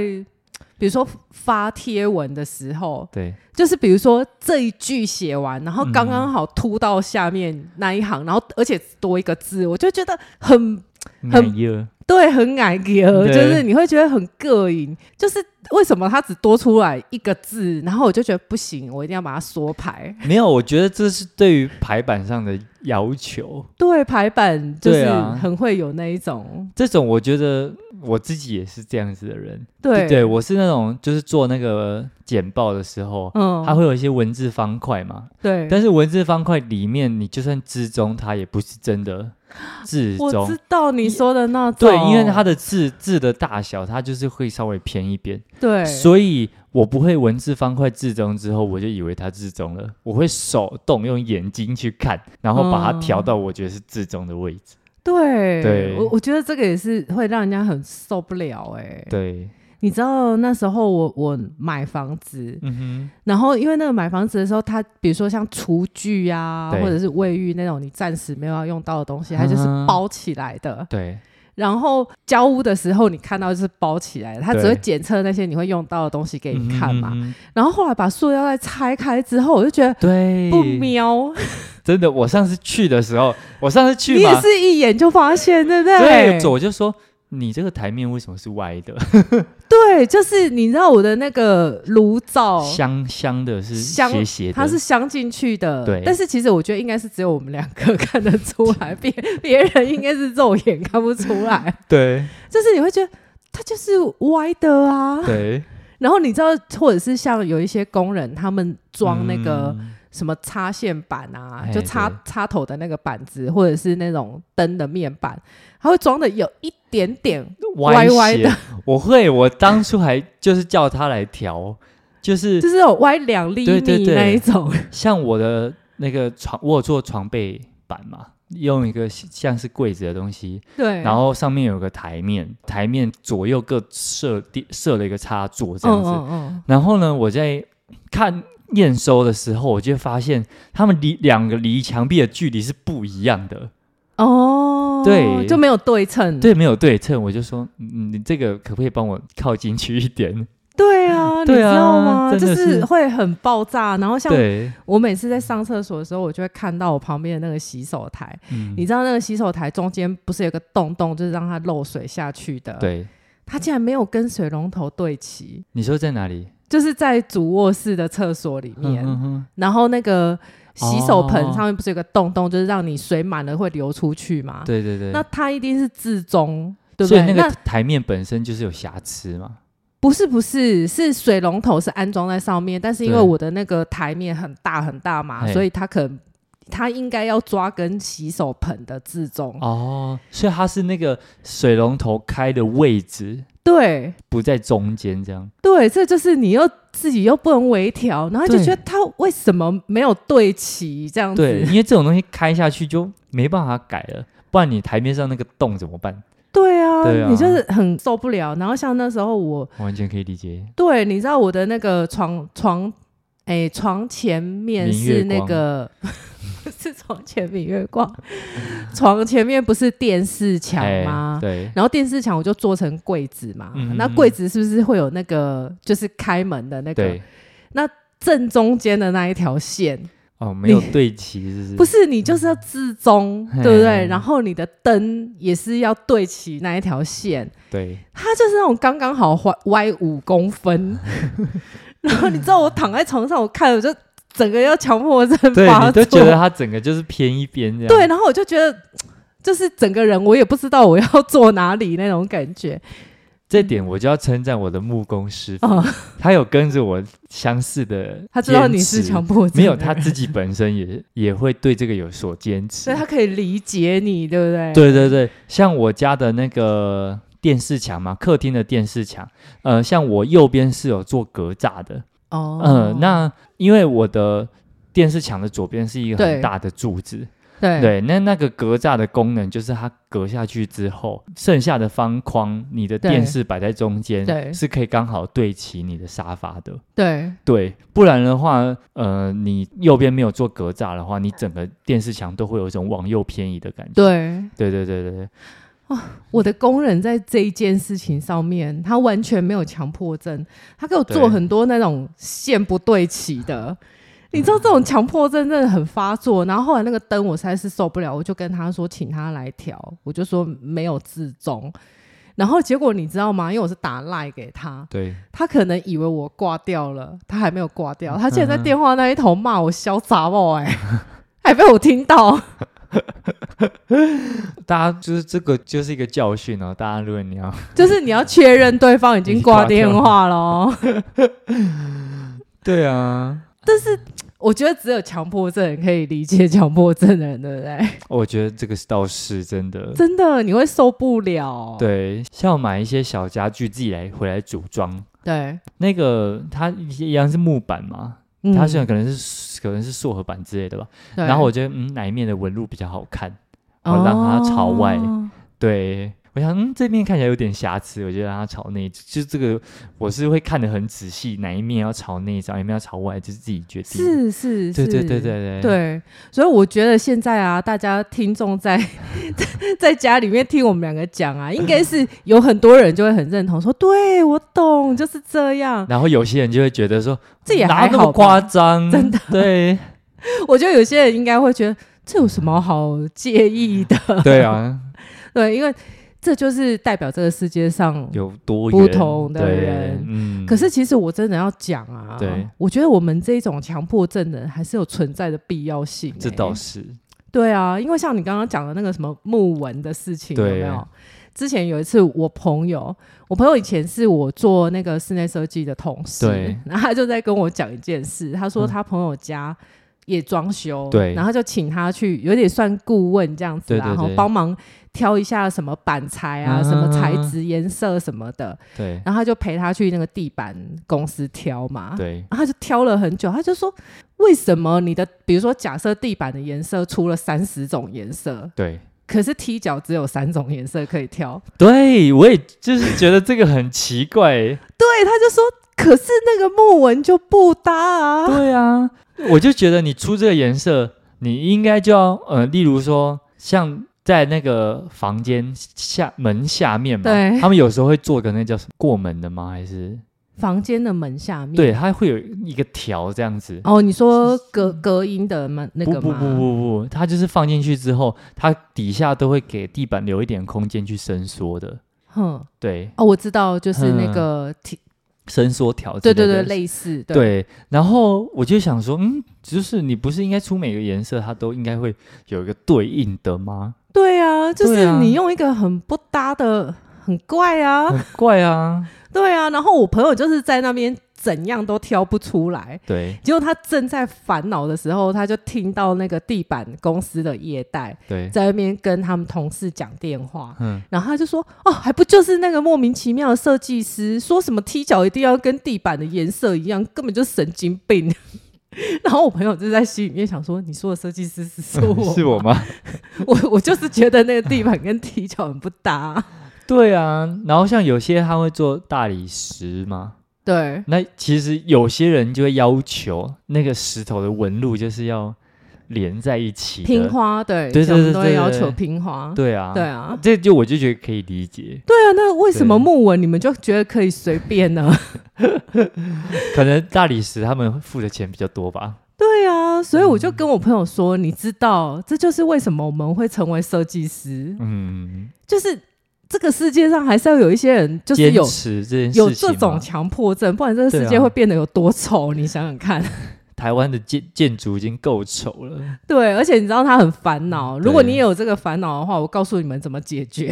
Speaker 2: 比如说发贴文的时候，
Speaker 1: 对，
Speaker 2: 就是比如说这一句写完，然后
Speaker 1: 嗯
Speaker 2: 刚刚好突到下面那一行，然后而且多一个字，我就觉得很很
Speaker 1: 满意了
Speaker 2: 对，很矮个，
Speaker 1: 对
Speaker 2: 就是你会觉得很膈应。就是为什么它只多出来一个字，然后我就觉得不行，我一定要把它缩排。
Speaker 1: 没有，我觉得这是对于排版上的要求。
Speaker 2: 对，排版就是
Speaker 1: 对啊
Speaker 2: 很会有那一种，
Speaker 1: 这种我觉得我自己也是这样子的人。
Speaker 2: 对
Speaker 1: 对，我是那种就是做那个简报的时候，
Speaker 2: 嗯，
Speaker 1: 它会有一些文字方块嘛，
Speaker 2: 对，
Speaker 1: 但是文字方块里面，你就算之中，它也不是真的字
Speaker 2: 我
Speaker 1: 中
Speaker 2: 知。道你说的那种，
Speaker 1: 对，因为它的字字的大小，它就是会稍微偏一边，
Speaker 2: 对
Speaker 1: 所以我不会文字方块字中之后，我就以为它字中了，我会手动用眼睛去看，然后把它调到我觉得是字中的位置。
Speaker 2: 对
Speaker 1: 对
Speaker 2: 我我觉得这个也是会让人家很受不了哎、
Speaker 1: 对，
Speaker 2: 你知道那时候我我买房子，
Speaker 1: 嗯
Speaker 2: 然后因为那个买房子的时候，它比如说像厨具啊，
Speaker 1: 对
Speaker 2: 或者是卫浴那种你暂时没有要用到的东西，它就是
Speaker 1: 嗯
Speaker 2: 包起来的
Speaker 1: 哼，。对，
Speaker 2: 然后交屋的时候你看到就是包起来的，它只
Speaker 1: 对
Speaker 2: 会检测那些你会用到的东西给你看嘛。
Speaker 1: 嗯哼嗯哼哎
Speaker 2: 然后后来把塑料袋拆开之后，我就觉得
Speaker 1: 对，
Speaker 2: 不瞄，
Speaker 1: 真的，我上次去的时候，我上次去
Speaker 2: 你也
Speaker 1: 嘛，
Speaker 2: 是一眼就发现，对不
Speaker 1: 对，我就说你这个台面为什么是歪的？
Speaker 2: 对，就是你知道我的那个炉灶，
Speaker 1: 香香的是
Speaker 2: 哦香
Speaker 1: 斜斜的，
Speaker 2: 它是镶进去的，
Speaker 1: 对
Speaker 2: 但是其实我觉得应该是只有我们两个 看得出来，别别人应该是肉眼看不出来。
Speaker 1: 对
Speaker 2: 就是你会觉得它就是歪的啊。
Speaker 1: 对
Speaker 2: 然后你知道，或者是像有一些工人，他们装那个
Speaker 1: 嗯
Speaker 2: 什么插线板啊，
Speaker 1: 哎
Speaker 2: 就插
Speaker 1: 对
Speaker 2: 插头的那个板子，或者是那种灯的面板，它会装的有一点点歪
Speaker 1: 歪
Speaker 2: 歪的
Speaker 1: 斜。我会，我当初还就是叫他来调，就是
Speaker 2: 就是有歪两厘
Speaker 1: 对对
Speaker 2: 米
Speaker 1: 对
Speaker 2: 那一种，
Speaker 1: 像我的那个床，我有做床被板嘛，用一个像是柜子的东西，
Speaker 2: 对，
Speaker 1: 然后上面有个台面，台面左右各设地设了一个插座这样
Speaker 2: 嗯
Speaker 1: 子。
Speaker 2: 嗯嗯，
Speaker 1: 然后呢，我在看验收的时候，我就发现他们离两个离墙壁的距离是不一样的。
Speaker 2: 哦，
Speaker 1: 对
Speaker 2: 就没有对称，
Speaker 1: 对，没有对称，我就说，嗯，你这个可不可以帮我靠近去一点？
Speaker 2: 对啊，你
Speaker 1: 对
Speaker 2: 知
Speaker 1: 啊
Speaker 2: 道吗？
Speaker 1: 真
Speaker 2: 就
Speaker 1: 的
Speaker 2: 是
Speaker 1: 是
Speaker 2: 会很爆炸，然后像
Speaker 1: 对，
Speaker 2: 我每次在上厕所的时候，我就会看到我旁边的那个洗手台，
Speaker 1: 嗯
Speaker 2: 你知道那个洗手台中间不是有个洞洞，就是让它漏水下去的，，
Speaker 1: 对，
Speaker 2: 它竟然没有跟水龙头对齐，
Speaker 1: 你说在哪里？
Speaker 2: 就是在主卧室的厕所里面，
Speaker 1: 嗯哼
Speaker 2: 然后那个洗手盆
Speaker 1: 哦
Speaker 2: 上面不是有个洞洞，就是让你水满了会流出去嘛，
Speaker 1: 对对对，
Speaker 2: 啊那它一定是自中。对不
Speaker 1: 所以
Speaker 2: 对？
Speaker 1: 那
Speaker 2: 那
Speaker 1: 个台面本身就是有瑕疵嘛。
Speaker 2: 不是不是，是水龙头是安装在上面，但是因为
Speaker 1: 对
Speaker 2: 我的那个台面很大很大嘛，
Speaker 1: 嘿
Speaker 2: 所以它可能它应该要抓跟洗手盆的自重。
Speaker 1: 哦，所以它是那个水龙头开的位置
Speaker 2: 对
Speaker 1: 不在中间，这样。
Speaker 2: 对，这就是你又自己又不能微调，然后就
Speaker 1: 对
Speaker 2: 觉得它为什么没有对齐这样子？
Speaker 1: 对，因为这种东西开下去就没办法改了，不然你台面上那个洞怎么办？
Speaker 2: 对啊，
Speaker 1: 对啊
Speaker 2: 你就是很受不了。然后像那时候我
Speaker 1: 完全可以理解。
Speaker 2: 对，你知道我的那个床床，哎、床前面
Speaker 1: 明月
Speaker 2: 是那
Speaker 1: 光
Speaker 2: 个，不是床前明月光，床前面不是电视墙
Speaker 1: 哎
Speaker 2: 吗？
Speaker 1: 对，
Speaker 2: 然后电视墙我就做成柜子嘛，
Speaker 1: 嗯
Speaker 2: 那
Speaker 1: 嗯
Speaker 2: 柜子是不是会有那个就是开门的那个
Speaker 1: 对，
Speaker 2: 正中间的那一条线？
Speaker 1: 哦，没有对齐，是不是？
Speaker 2: 不是你就是要至中，对不对？
Speaker 1: 嗯嘿
Speaker 2: 然后你的灯也是要对齐那一条线，
Speaker 1: 对，
Speaker 2: 它就是那种刚刚好歪歪五 公分，然后你知道我躺在床上，我看了我就整个要强迫症
Speaker 1: 对
Speaker 2: 发
Speaker 1: 你
Speaker 2: 作，
Speaker 1: 都觉得它整个就是偏一边这样。
Speaker 2: 对，然后我就觉得就是整个人我也不知道我要坐哪里那种感觉
Speaker 1: 这点我就要称赞我的木工师傅，
Speaker 2: 啊、
Speaker 1: 他有跟着我相似的，
Speaker 2: 他知道你是强，迫症，
Speaker 1: 没有他，自己本身也也会对这个有所坚持
Speaker 2: 所以。他可以理解你，对不对？
Speaker 1: 对对对，像我家的那个电视墙嘛，客厅的电视墙，呃，像我右边是有做格栅的，
Speaker 2: 哦，
Speaker 1: 嗯、那因为我的电视墙的左边是一个
Speaker 2: 对
Speaker 1: 很大的柱子，
Speaker 2: 对
Speaker 1: 对，那那个格栅的功能就是它隔下去之后，剩下的方框，你的
Speaker 2: 对
Speaker 1: 电视摆在中
Speaker 2: 对
Speaker 1: 间，是可以刚好对齐你的沙发的。
Speaker 2: 对
Speaker 1: 对，不然的话，呃，你右边没有做格栅的话，你整个电视墙都会有一种往右偏移的感觉。
Speaker 2: 对，
Speaker 1: 对对对对对，
Speaker 2: 我的工人在这一件事情上面，他完全没有强迫症，他给我做
Speaker 1: 对
Speaker 2: 很多那种线不对齐的。你知道这种强迫症真的很发作，然后后来那个灯我实在是受不了，我就跟他说请他来调，我就说没有自重，然后结果你知道吗？因为我是打赖给他，
Speaker 1: 对，
Speaker 2: 他可能以为我挂掉了，他还没有挂掉，他竟然在电话那一头骂我小杂毛，哎，还被我听到，
Speaker 1: 大家就是这个就是一个教训哦。大家如果你 要
Speaker 2: 就是你要确认对方已经挂电话哦喽。
Speaker 1: 对啊，
Speaker 2: 我觉得只有强迫症人可以理解强迫症的人，对不对？
Speaker 1: 我觉得这个倒是真的。
Speaker 2: 真的你会受不了。
Speaker 1: 对，像买一些小家具自己来回来组装，
Speaker 2: 对，
Speaker 1: 那个它一样是木板嘛，
Speaker 2: 嗯
Speaker 1: 它虽然可能是可能是塑合板之类的吧。
Speaker 2: 对
Speaker 1: 然后我觉得嗯哪一面的纹路比较好看，我让它朝外。
Speaker 2: 哦
Speaker 1: 对，我想嗯这面看起来有点瑕疵，我就让它朝内。就这个我是会看得很仔细，哪一面要朝内，哪一面要朝外，就是自己决定。
Speaker 2: 是是
Speaker 1: 对
Speaker 2: 是，
Speaker 1: 对对对对
Speaker 2: 对，所以我觉得现在啊，大家听众在 在家里面听我们两个讲 啊，应该是有很多人就会很认同说，对我懂，就是这 样。
Speaker 1: 然后有些人就会觉得说，
Speaker 2: 这也
Speaker 1: 哪
Speaker 2: 还
Speaker 1: 有那么
Speaker 2: 好
Speaker 1: 夸
Speaker 2: 吧，
Speaker 1: 张，
Speaker 2: 真的。
Speaker 1: 对
Speaker 2: 我觉得有些人应该会觉得这有什么好介意的？
Speaker 1: 对啊，
Speaker 2: 对，因为这就是代表这个世界上。
Speaker 1: 有多
Speaker 2: 不
Speaker 1: 元
Speaker 2: 同的
Speaker 1: 对
Speaker 2: 人
Speaker 1: 嗯，
Speaker 2: 可是其实我真的要讲啊，
Speaker 1: 对，
Speaker 2: 我觉得我们这种强迫症的人还是有存在的必要性、
Speaker 1: 这
Speaker 2: 欸
Speaker 1: 倒是
Speaker 2: 对啊，因为像你刚刚讲的那个什么木纹的事情，有
Speaker 1: 对
Speaker 2: 没有？之前有一次，我朋友，我朋友以前是我做那个室内设计的同事，
Speaker 1: 对
Speaker 2: 然后他就在跟我讲一件事，他说
Speaker 1: 嗯
Speaker 2: 他朋友家也装修，
Speaker 1: 对
Speaker 2: 然后就请他去，有点算顾问这样子
Speaker 1: 对
Speaker 2: 啦，
Speaker 1: 对
Speaker 2: 然后
Speaker 1: 对
Speaker 2: 帮忙挑一下什么板材啊、什么材
Speaker 1: 啊
Speaker 2: 质、颜色什么的，
Speaker 1: 对
Speaker 2: 然后他就陪他去那个地板公司挑嘛，
Speaker 1: 对
Speaker 2: 然后他就挑了很久，他就说为什么你的，比如说假设地板的颜色出了三十种颜色，
Speaker 1: 对
Speaker 2: 可是踢脚只有三种颜色可以挑？
Speaker 1: 对，我也就是觉得这个很奇怪，
Speaker 2: 对，他就说，可是那个木纹就不搭 啊。
Speaker 1: 对啊，我就觉得你出这个颜色，你应该就要呃，例如说像。在那个房间下门下面嘛，
Speaker 2: 对
Speaker 1: 他们有时候会做个那叫什么过门的吗？还是
Speaker 2: 房间的门下面，
Speaker 1: 对，，它会有一个条这样子，
Speaker 2: 哦，你说隔隔音的门那
Speaker 1: 不
Speaker 2: 个
Speaker 1: 不
Speaker 2: 吗？
Speaker 1: 不不不，它就是放进去之后，它底下都会给地板留一点空间去伸缩的，
Speaker 2: 哼，
Speaker 1: 对，
Speaker 2: 哦，我知道，就是那个踢，
Speaker 1: 伸缩条之
Speaker 2: 对
Speaker 1: 类
Speaker 2: 对
Speaker 1: 的。
Speaker 2: 对，类似，对
Speaker 1: 对然后我就想说，嗯，就是你不是应该出每个颜色它都应该会有一个对应的吗？
Speaker 2: 对啊，就
Speaker 1: 对
Speaker 2: 是
Speaker 1: 啊
Speaker 2: 你用一个很不搭的，很怪啊，
Speaker 1: 很怪啊，
Speaker 2: 对啊，然后我朋友就是在那边怎样都挑不出来。
Speaker 1: 对
Speaker 2: 结果他正在烦恼的时候，他就听到那个地板公司的业代
Speaker 1: 对，
Speaker 2: 在那边跟他们同事讲电话，
Speaker 1: 嗯，
Speaker 2: 然后他就说：“哦，还不就是那个莫名其妙的设计师说什么踢脚一定要跟地板的颜色一样，根本就神经病。” 然后我朋友就在心里面想说：“你说的设计师是说我，
Speaker 1: 是我，吗？
Speaker 2: 我我就是觉得那个地板跟踢脚很不搭。
Speaker 1: 对啊，然后像有些他会做大理石嘛，”
Speaker 2: 对，
Speaker 1: 那其实有些人就会要求那个石头的纹路就是要连在一起的，
Speaker 2: 拼花，对，
Speaker 1: 对对
Speaker 2: 我们都
Speaker 1: 对对
Speaker 2: 会要
Speaker 1: 对
Speaker 2: 求拼花，
Speaker 1: 对啊，
Speaker 2: 对啊，
Speaker 1: 这就我就觉得可以理解，
Speaker 2: 对啊，那为什么
Speaker 1: 对
Speaker 2: 木纹你们就觉得可以随便呢？
Speaker 1: 可能大理石他们付的钱比较多吧。
Speaker 2: 对啊，所以我就跟我朋友说，你知道，这就是为什么我们会成为设计师，
Speaker 1: 嗯，
Speaker 2: 就是这个世界上还是要有一些人，就是
Speaker 1: 坚
Speaker 2: 有
Speaker 1: 持这件事情
Speaker 2: 有这种
Speaker 1: 嘛
Speaker 2: 强迫症，不然这个世
Speaker 1: 对
Speaker 2: 界
Speaker 1: 啊
Speaker 2: 会变得有多丑，你想 想看。
Speaker 1: 台湾的建建筑已经够丑了，
Speaker 2: 对，而且你知道他很烦恼。如果
Speaker 1: 对
Speaker 2: 你也有这个烦恼的话，我告诉你们怎么解决。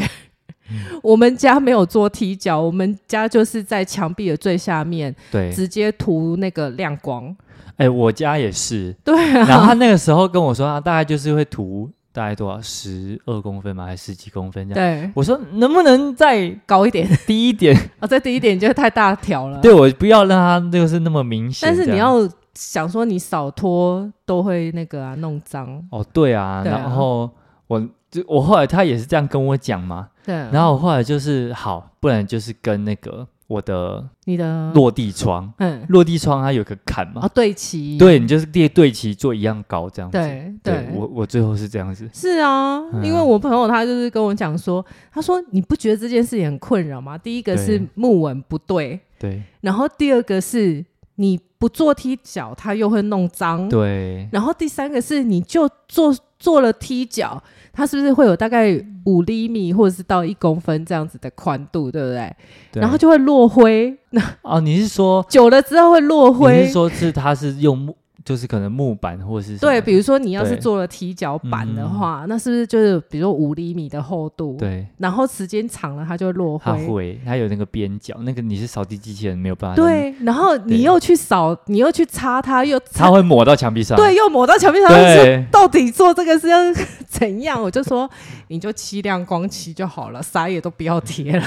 Speaker 1: 嗯
Speaker 2: 我们家没有做踢脚，我们家就是在墙壁的最下面
Speaker 1: 对，
Speaker 2: 直接涂那个亮光。
Speaker 1: 哎、我家也是，
Speaker 2: 对
Speaker 1: 然后
Speaker 2: 啊，
Speaker 1: 他那个时候跟我说，他啊大概就是会涂大概多少十二公分嘛，还是十几公分这样。
Speaker 2: 对，
Speaker 1: 我说能不能再
Speaker 2: 高一点
Speaker 1: 低一点？
Speaker 2: 啊，再低一点就是太大条了。
Speaker 1: 对我不要让它就是那么明显
Speaker 2: 但
Speaker 1: 这
Speaker 2: 是
Speaker 1: 样。
Speaker 2: 你要想说你少拖都会那个啊弄脏。
Speaker 1: 哦，对啊，
Speaker 2: 对啊
Speaker 1: 然后我就我后来他也是这样跟我讲嘛，
Speaker 2: 对啊，
Speaker 1: 然后我后来就是好，不然就是跟那个。我的
Speaker 2: 你的
Speaker 1: 落地窗，
Speaker 2: 嗯
Speaker 1: 落地窗它有个坎嘛
Speaker 2: 啊，对齐
Speaker 1: 对你就是列对齐做一样高这样子。
Speaker 2: 对
Speaker 1: 对我我最后是这样子，
Speaker 2: 是啊，
Speaker 1: 嗯
Speaker 2: 因为我朋友他就是跟我讲说，他说你不觉得这件事情很困扰吗？第一个是
Speaker 1: 对
Speaker 2: 木纹不对，
Speaker 1: 对
Speaker 2: 然后第二个是你不做踢脚，它又会弄脏，
Speaker 1: 对
Speaker 2: 然后第三个是你就做做了踢脚，它是不是会有大概五厘米或者是到一公分这样子的宽度，对不对？
Speaker 1: 对。
Speaker 2: 然后就会落灰，那
Speaker 1: 哦，你是说
Speaker 2: 久了之后会落
Speaker 1: 你
Speaker 2: 灰
Speaker 1: 是。说是它是用木，就是可能木板或是什么
Speaker 2: 对，比如说你要是
Speaker 1: 对嗯
Speaker 2: 做了踢脚板的话，那是不是就是比如说五厘米的厚度？
Speaker 1: 对。
Speaker 2: 然后时间长了它就落
Speaker 1: 它
Speaker 2: 灰。
Speaker 1: 会，它有那个边角，那个你是扫地机器人没有办法。，
Speaker 2: 对，然后
Speaker 1: 对
Speaker 2: 你又去扫，你又去擦它，又
Speaker 1: 它
Speaker 2: 擦，
Speaker 1: 会抹到墙壁上。
Speaker 2: 对，又抹到墙壁上。说
Speaker 1: 对，
Speaker 2: 到底做这个是要 怎样？我就说，你就漆亮光漆就好了，啥也都不要贴 了。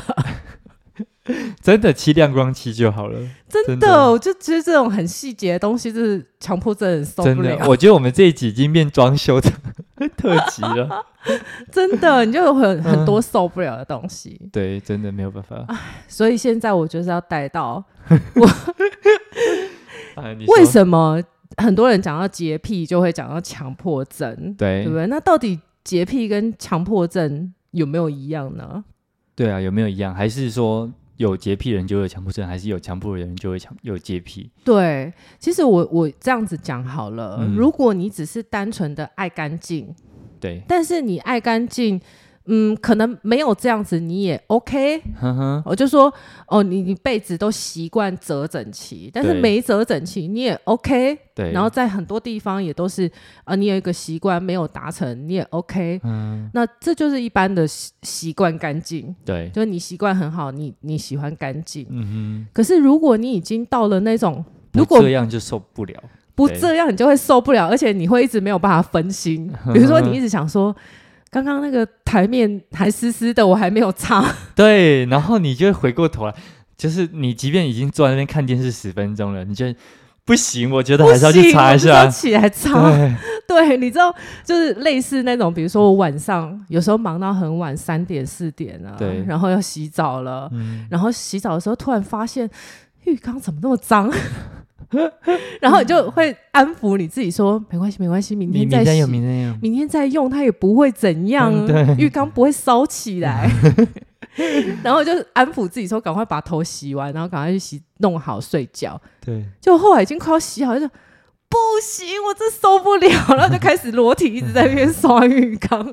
Speaker 1: 真的漆亮光漆就好了。
Speaker 2: 真
Speaker 1: 真
Speaker 2: 的，
Speaker 1: 的
Speaker 2: 我就觉得这种很细节的东西，就是强迫症人受
Speaker 1: 真
Speaker 2: 不
Speaker 1: 的，
Speaker 2: 了。
Speaker 1: 我觉得我们这一集已经变装修的 特辑了。
Speaker 2: 真的，你就有
Speaker 1: 嗯
Speaker 2: 很很多受不了的东西。
Speaker 1: 对，真的没有办法
Speaker 2: 所以现在我就是要带到
Speaker 1: 啊！你
Speaker 2: 为
Speaker 1: 说
Speaker 2: 什么很多人讲到洁癖就会讲到强迫症，
Speaker 1: 对
Speaker 2: 对不对？那到底洁癖跟强迫症有没有一样呢？
Speaker 1: 对啊，有没有一样？还是说有洁癖人就有强迫症，还是有强迫人就会强有洁癖？
Speaker 2: 对，其实我我这样子讲好了，
Speaker 1: 嗯
Speaker 2: 如果你只是单纯的爱干净，
Speaker 1: 对，
Speaker 2: 但是你爱干净，嗯，可能没有这样子你也 OK。
Speaker 1: 哼哼，
Speaker 2: 我就说，哦，你你被子都习惯折整齐，但是
Speaker 1: 对
Speaker 2: 没折整齐你也 OK。
Speaker 1: 对。
Speaker 2: 然后在很多地方也都是，呃，你有一个习惯没有达成，你也 OK。
Speaker 1: 嗯，
Speaker 2: 那这就是一般的习习惯干净，
Speaker 1: 对，
Speaker 2: 就是你习惯很好，你你喜欢干净。
Speaker 1: 嗯
Speaker 2: 可是如果你已经到了那种，
Speaker 1: 哼，
Speaker 2: 如
Speaker 1: 不
Speaker 2: 果
Speaker 1: 这样就受不了。
Speaker 2: 不
Speaker 1: 对
Speaker 2: 这样，你就会受不了，而且你会一直没有办法 分心。比如说，你一直想说，刚刚那个台面还湿湿的，我还没有擦。
Speaker 1: 对，然后你就会回过头来，就是你即便已经坐在那边看电视十分钟了，你就不行，我觉得
Speaker 2: 不
Speaker 1: 还是要去
Speaker 2: 行
Speaker 1: 查一
Speaker 2: 我就是要
Speaker 1: 下。
Speaker 2: 起来擦。
Speaker 1: 对，
Speaker 2: 对，你知道，就是类似那种，比如说我晚上有时候忙到很晚，三点四点啊，
Speaker 1: 对
Speaker 2: 然后要洗澡了，
Speaker 1: 嗯，
Speaker 2: 然后洗澡的时候突然发现浴缸怎么那么脏， 然后你就会安抚你自己说，没关系，没关系，明
Speaker 1: 明
Speaker 2: 天
Speaker 1: 明
Speaker 2: 再
Speaker 1: 天有，
Speaker 2: 洗。
Speaker 1: 明天有。
Speaker 2: 明天再用，它也不会怎样啊，
Speaker 1: 嗯
Speaker 2: 浴缸不会烧 起来。 然后就安抚自己说，赶快把头洗完，然后赶快去洗，弄好睡觉。
Speaker 1: 对，
Speaker 2: 就后来已经快要洗好，就不行，我真受不了，然后就开始裸体一直在那边刷 浴缸。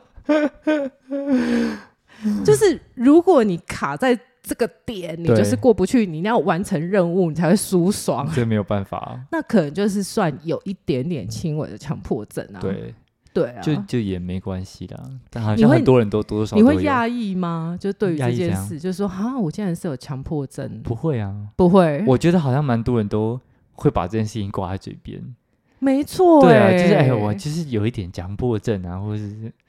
Speaker 2: 就是如果你卡在这个点，你
Speaker 1: 对
Speaker 2: 就是过不去，你一定要完成任务，你才会舒爽。
Speaker 1: 这没有办法啊。
Speaker 2: 那可能就是算有一点点轻微的强迫症啊。
Speaker 1: 对，
Speaker 2: 对啊，
Speaker 1: 就就也没关系啦。但好
Speaker 2: 你
Speaker 1: 像
Speaker 2: 会
Speaker 1: 很多人都多多少
Speaker 2: 你
Speaker 1: 少
Speaker 2: 会
Speaker 1: 都有。
Speaker 2: 讶异吗？就对于
Speaker 1: 讶
Speaker 2: 这
Speaker 1: 异怎
Speaker 2: 件
Speaker 1: 样
Speaker 2: 事，就是说哈，我竟然是有强迫症，
Speaker 1: 不会啊，
Speaker 2: 不会，
Speaker 1: 我觉得好像蛮多人都会把这件事情挂在嘴边。
Speaker 2: 没错、
Speaker 1: 对啊，
Speaker 2: 欸
Speaker 1: 就是哎，我就是有一点强迫症啊，或者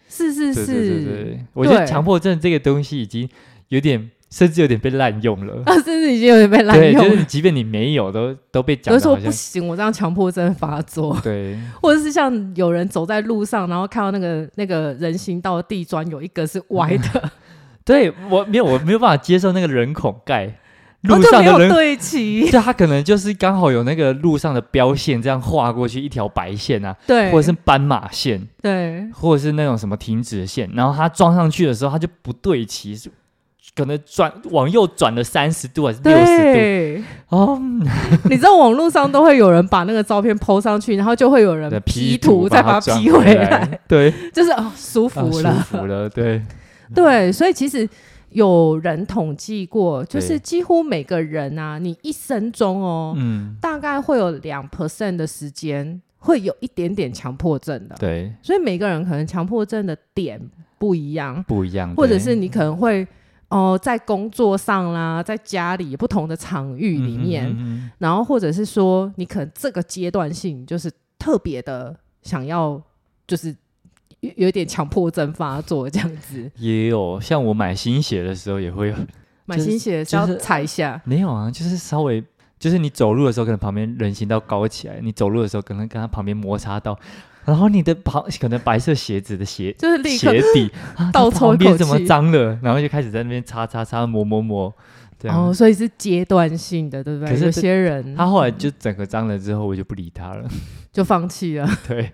Speaker 1: 是
Speaker 2: 是是
Speaker 1: 对
Speaker 2: 是，
Speaker 1: 对对对，我觉得
Speaker 2: 对
Speaker 1: 强迫症这个东西已经有点，甚至有点被滥用了。
Speaker 2: 啊，甚至已经有点被 滥
Speaker 1: 对，
Speaker 2: 用
Speaker 1: 就
Speaker 2: 了。
Speaker 1: 是即便你没有，都都被讲
Speaker 2: 有
Speaker 1: 的
Speaker 2: 时说
Speaker 1: 好
Speaker 2: 不
Speaker 1: 像
Speaker 2: 行，我这样强迫症发作，
Speaker 1: 对
Speaker 2: 或者是像有人走在路上，然后看到那个那个人行道的地砖有一个是歪 的，哦
Speaker 1: 对，我没有我没有办法接受那个人孔盖，
Speaker 2: 然
Speaker 1: 路
Speaker 2: 后就
Speaker 1: 上
Speaker 2: 没
Speaker 1: 的
Speaker 2: 有
Speaker 1: 人，
Speaker 2: 哦对齐，
Speaker 1: 就他可能就是刚好有那个路上的标线这样划过去一条白线啊，
Speaker 2: 对，
Speaker 1: 或者是斑马线，
Speaker 2: 对
Speaker 1: 或者是那种什么停止线，然后他装上去的时候，他就不对齐，是可能转往右转了三十度还是 六十
Speaker 2: 对，
Speaker 1: 度哦，
Speaker 2: 你知道网络上都会有人把那个照片 PO 上去，然后就会有人
Speaker 1: 的
Speaker 2: P
Speaker 1: 图
Speaker 2: 再
Speaker 1: 把它
Speaker 2: 把
Speaker 1: 转
Speaker 2: P
Speaker 1: 回
Speaker 2: 来，，
Speaker 1: 对，
Speaker 2: 就是哦舒
Speaker 1: 啊
Speaker 2: 服了，
Speaker 1: 舒服了，对，嗯
Speaker 2: 对，所以其实有人统计过，就是
Speaker 1: 对
Speaker 2: 几乎每个人啊，你一生中哦，
Speaker 1: 嗯，
Speaker 2: 大概会有两 percent 的时间会有一点点强迫症的，
Speaker 1: 对，
Speaker 2: 所以每个人可能强迫症的点不一样，
Speaker 1: 不一样，
Speaker 2: 或者
Speaker 1: 对
Speaker 2: 是你可能会哦、在工作上啦，在家里不同的场域里面，
Speaker 1: 嗯嗯嗯嗯
Speaker 2: 然后或者是说你可能这个阶段性就是特别的想要就是。有有一点强迫症发作这样子，
Speaker 1: 也有，像我买新鞋的时候也会有，
Speaker 2: 买
Speaker 1: 就是
Speaker 2: 新鞋是
Speaker 1: 就
Speaker 2: 要
Speaker 1: 是
Speaker 2: 踩一下，
Speaker 1: 没有啊，就是稍微，就是你走路的时候，可能旁边人行道高起来，你走路的时候可能跟它旁边摩擦到，然后你的旁可能白色鞋子的鞋
Speaker 2: 就是立刻
Speaker 1: 鞋底啊它
Speaker 2: 倒抽
Speaker 1: 旁
Speaker 2: 一
Speaker 1: 边
Speaker 2: 口
Speaker 1: 怎么
Speaker 2: 气
Speaker 1: 脏了，然后就开始在那边擦擦擦磨磨磨，这样。
Speaker 2: 哦，所以是阶段性的，对不
Speaker 1: 可
Speaker 2: 对？
Speaker 1: 是
Speaker 2: 有
Speaker 1: 这
Speaker 2: 些人
Speaker 1: 他后来就整个脏了之后，我就不理他 了。
Speaker 2: 就放弃了，
Speaker 1: 对，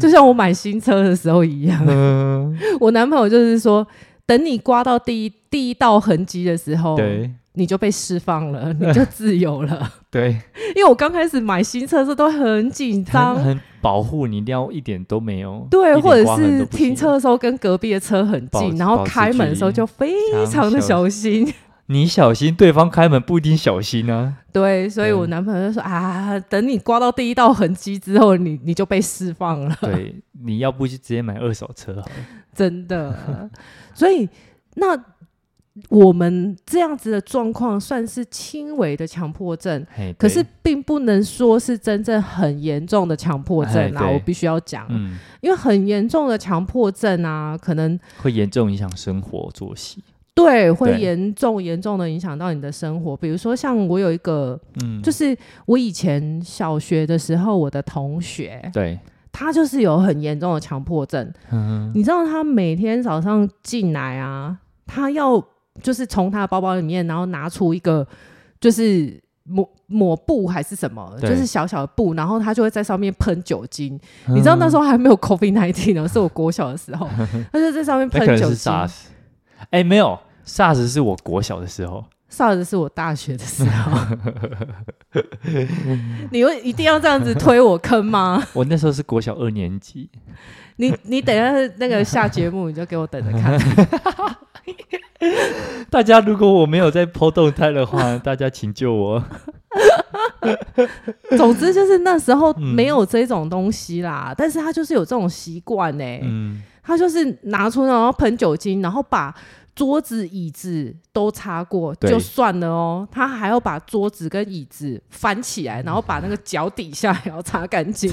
Speaker 2: 就像我买新车的时候一样。
Speaker 1: 嗯，
Speaker 2: 我男朋友就是说，等你刮到第一第一道痕迹的时候，
Speaker 1: 对
Speaker 2: 你就被释放了，你就自由了。
Speaker 1: 对，
Speaker 2: 因为我刚开始买新车的时候都很紧
Speaker 1: 很
Speaker 2: 张，
Speaker 1: 很保护你，一定要一点都没有。一
Speaker 2: 对，
Speaker 1: 点
Speaker 2: 或者
Speaker 1: 刮痕
Speaker 2: 是
Speaker 1: 都不行
Speaker 2: 停车，的时候跟隔壁的车很
Speaker 1: 保
Speaker 2: 近，然后
Speaker 1: 保持
Speaker 2: 开门的时候
Speaker 1: 距离
Speaker 2: 就非常的小心。
Speaker 1: 你小心，对方开门不一定小心 啊。
Speaker 2: 对，所以我
Speaker 1: 对
Speaker 2: 男朋友就说啊，等你刮到第一道痕迹之后，你你就被释放 了，
Speaker 1: 对，你要不就直接买二手车好了。
Speaker 2: 真的。所以那我们这样子的状况算是轻微的强迫症，
Speaker 1: 嘿，对
Speaker 2: 可是，并不能说是真正很严重的强迫
Speaker 1: 哎
Speaker 2: 症啊，
Speaker 1: 对
Speaker 2: 我必须要讲，
Speaker 1: 嗯，
Speaker 2: 因为很严重的强迫症啊，可能
Speaker 1: 会严重影响生活作息。
Speaker 2: 对会
Speaker 1: 对
Speaker 2: 严重严重的影响到你的生活，比如说像我有一个，
Speaker 1: 嗯，
Speaker 2: 就是我以前小学的时候，我的同学，
Speaker 1: 对，
Speaker 2: 他就是有很严重的强迫症。
Speaker 1: 嗯，
Speaker 2: 你知道他每天早上进来啊，他要就是从他的包包里面，然后拿出一个就是抹抹布还是什么，就
Speaker 1: 对
Speaker 2: 是小小的布，然后他就会在上面喷酒精。
Speaker 1: 嗯
Speaker 2: 你知道那时候还没有 COVID 1 9呢，是我国小的 时候，他就在上面
Speaker 1: 嗯那可
Speaker 2: 喷
Speaker 1: 能
Speaker 2: 酒
Speaker 1: 是
Speaker 2: 精。
Speaker 1: SARS。哎，没有，SARS 是我国小的时候。
Speaker 2: SARS 是我大学的时 候，你会一定要这样子推我坑吗？
Speaker 1: 我那时候是国小二年级，
Speaker 2: 你你等一下那个下节目，你就给我等着看。
Speaker 1: 大家如果我没有在剖动态的 话，大家请救我。
Speaker 2: 总之就是那时候
Speaker 1: 嗯
Speaker 2: 没有这种东西啦，但是他就是有这种习惯呢，
Speaker 1: 嗯，
Speaker 2: 他就是拿出然后喷酒精，然后把桌子、椅子都擦过
Speaker 1: 对
Speaker 2: 就算了哦，他还要把桌子跟椅子翻起来，然后把那个脚底下也要擦干净，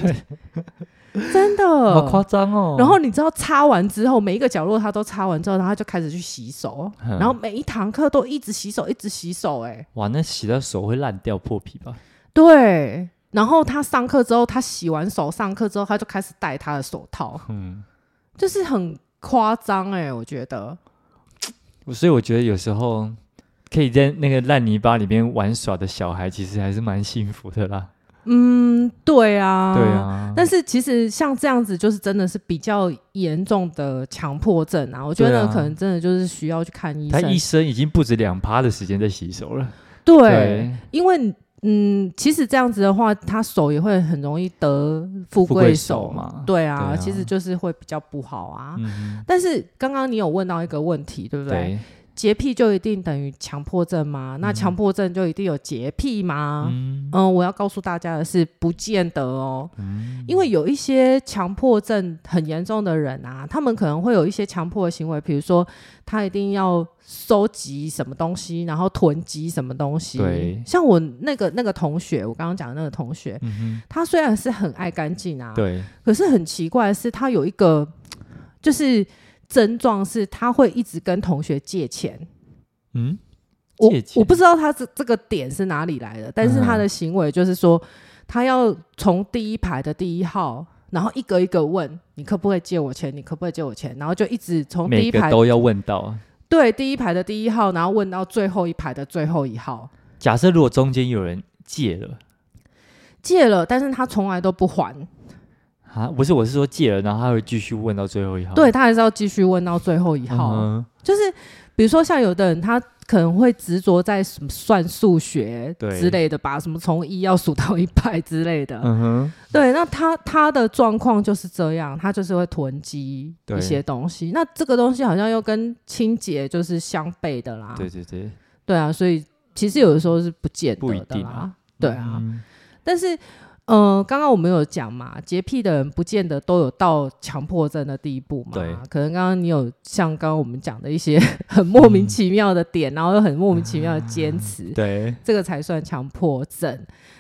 Speaker 2: 真
Speaker 1: 好夸
Speaker 2: 的。
Speaker 1: 张哦。
Speaker 2: 呃然后你知道擦完之后，每一个角落他都擦完之后，然后他就开始去洗手，
Speaker 1: 嗯
Speaker 2: 然后每一堂课都一直洗手，一直洗手、哎，
Speaker 1: 哇，那洗到手会烂掉破皮吧？
Speaker 2: 对，然后他上课之后，他洗完手上课之后，他就开始戴他的手套，
Speaker 1: 嗯，
Speaker 2: 就是很夸张哎、我觉得。
Speaker 1: 所以我觉得有时候可以在那个烂泥巴里面玩耍的小孩，其实还是蛮幸福的啦。
Speaker 2: 嗯，对啊，
Speaker 1: 对。啊，
Speaker 2: 但是其实像这样子，就是真的是比较严重的强迫症啊，我觉
Speaker 1: 对
Speaker 2: 得
Speaker 1: 啊
Speaker 2: 可能真的就是需要去看医
Speaker 1: 他
Speaker 2: 生。
Speaker 1: 一生已经不止两趴的时间在洗手了。
Speaker 2: 对，，因为嗯，其实这样子的话，他手也会很容易得富
Speaker 1: 富贵
Speaker 2: 贵
Speaker 1: 手
Speaker 2: 手
Speaker 1: 嘛
Speaker 2: 对啊，
Speaker 1: 对啊
Speaker 2: 其实就是会比较不好啊。
Speaker 1: 嗯，
Speaker 2: 但是刚刚你有问到一个问题，对不对？
Speaker 1: 对，
Speaker 2: 洁癖就一定等于强迫症吗？那强迫症就一定有洁癖吗？嗯
Speaker 1: 嗯
Speaker 2: 我要告诉大家的是，不见得哦，
Speaker 1: 嗯
Speaker 2: 因为有一些强迫症很严重的人啊，他们可能会有一些强迫的行为，比如说他一定要收集什么东西，然后囤积什么东西
Speaker 1: 对。
Speaker 2: 像我那个那个同学，我刚刚讲的那个同学，
Speaker 1: 嗯
Speaker 2: 他虽然是很爱干净啊
Speaker 1: 哼，，对，
Speaker 2: 可是很奇怪的是，他有一个就是症状是，他会一直跟同学借钱。啊
Speaker 1: 嗯，
Speaker 2: 我
Speaker 1: 借钱嗯
Speaker 2: 我不知道他这这个点是哪里来的，但是他的行为就是说，他要从第一排的第一号，然后一个一个问你可不可以借我钱，你可不可以借我钱，然后就一直从第
Speaker 1: 每
Speaker 2: 一
Speaker 1: 个
Speaker 2: 排
Speaker 1: 都要问到。
Speaker 2: 对第一排的第一号，然后问到最后一排的最后一号
Speaker 1: 假设如果中间有人借了。
Speaker 2: 借了，但是他从来都不还，
Speaker 1: 哦啊，不是，我是说借了，然后他会继续问到最后一行。
Speaker 2: 对，他还是要继续问到最后一号。
Speaker 1: 嗯
Speaker 2: 就是比如说像有的人他可能会执着在什么算数学
Speaker 1: 对
Speaker 2: 之类的吧，什么从一要数到一百之类的。
Speaker 1: 哼嗯哼，
Speaker 2: 对，那他他的状况就是这样，他就是会囤积
Speaker 1: 对
Speaker 2: 一些东西。那这个东西好像又跟清洁就是相悖的啦。
Speaker 1: 对对对，
Speaker 2: 对啊，所以其实有的时候是不见得
Speaker 1: 不一
Speaker 2: 的
Speaker 1: 定
Speaker 2: 啦。
Speaker 1: 啊
Speaker 2: 对啊，
Speaker 1: 嗯
Speaker 2: 但是。嗯，刚刚我们有讲嘛，洁癖的人不见得都有到强迫症的地步嘛。
Speaker 1: 对
Speaker 2: 可能刚刚你有像刚刚我们讲的一些 很莫名其妙的点，然后又很莫名其妙的坚持，
Speaker 1: 嗯啊对，
Speaker 2: 这个才算强迫症。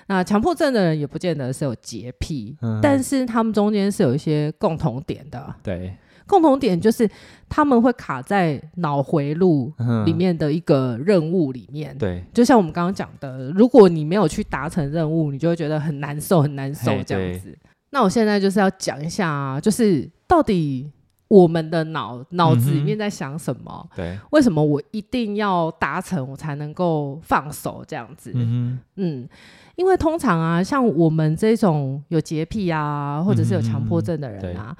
Speaker 2: 那强迫症的人也不见得是有洁癖，
Speaker 1: 嗯
Speaker 2: 但是他们中间是有一些共同点的。
Speaker 1: 对，
Speaker 2: 共同点就是他们会卡在脑回路
Speaker 1: 嗯
Speaker 2: 里面的一个任务里面。
Speaker 1: 对，
Speaker 2: 就像我们刚刚讲的，如果你没有去达成任务，你就会觉得很难受，很难受
Speaker 1: 嘿
Speaker 2: 这样子。那我现在就是要讲一下、啊，就是到底我们的脑脑子里
Speaker 1: 嗯哼
Speaker 2: 面在想什么，
Speaker 1: 对，
Speaker 2: 为什么我一定要达成我才能够放手这样子？
Speaker 1: 嗯
Speaker 2: 嗯，因为通常啊，像我们这种有洁癖啊，或者是有强
Speaker 1: 嗯
Speaker 2: 迫症的人啊，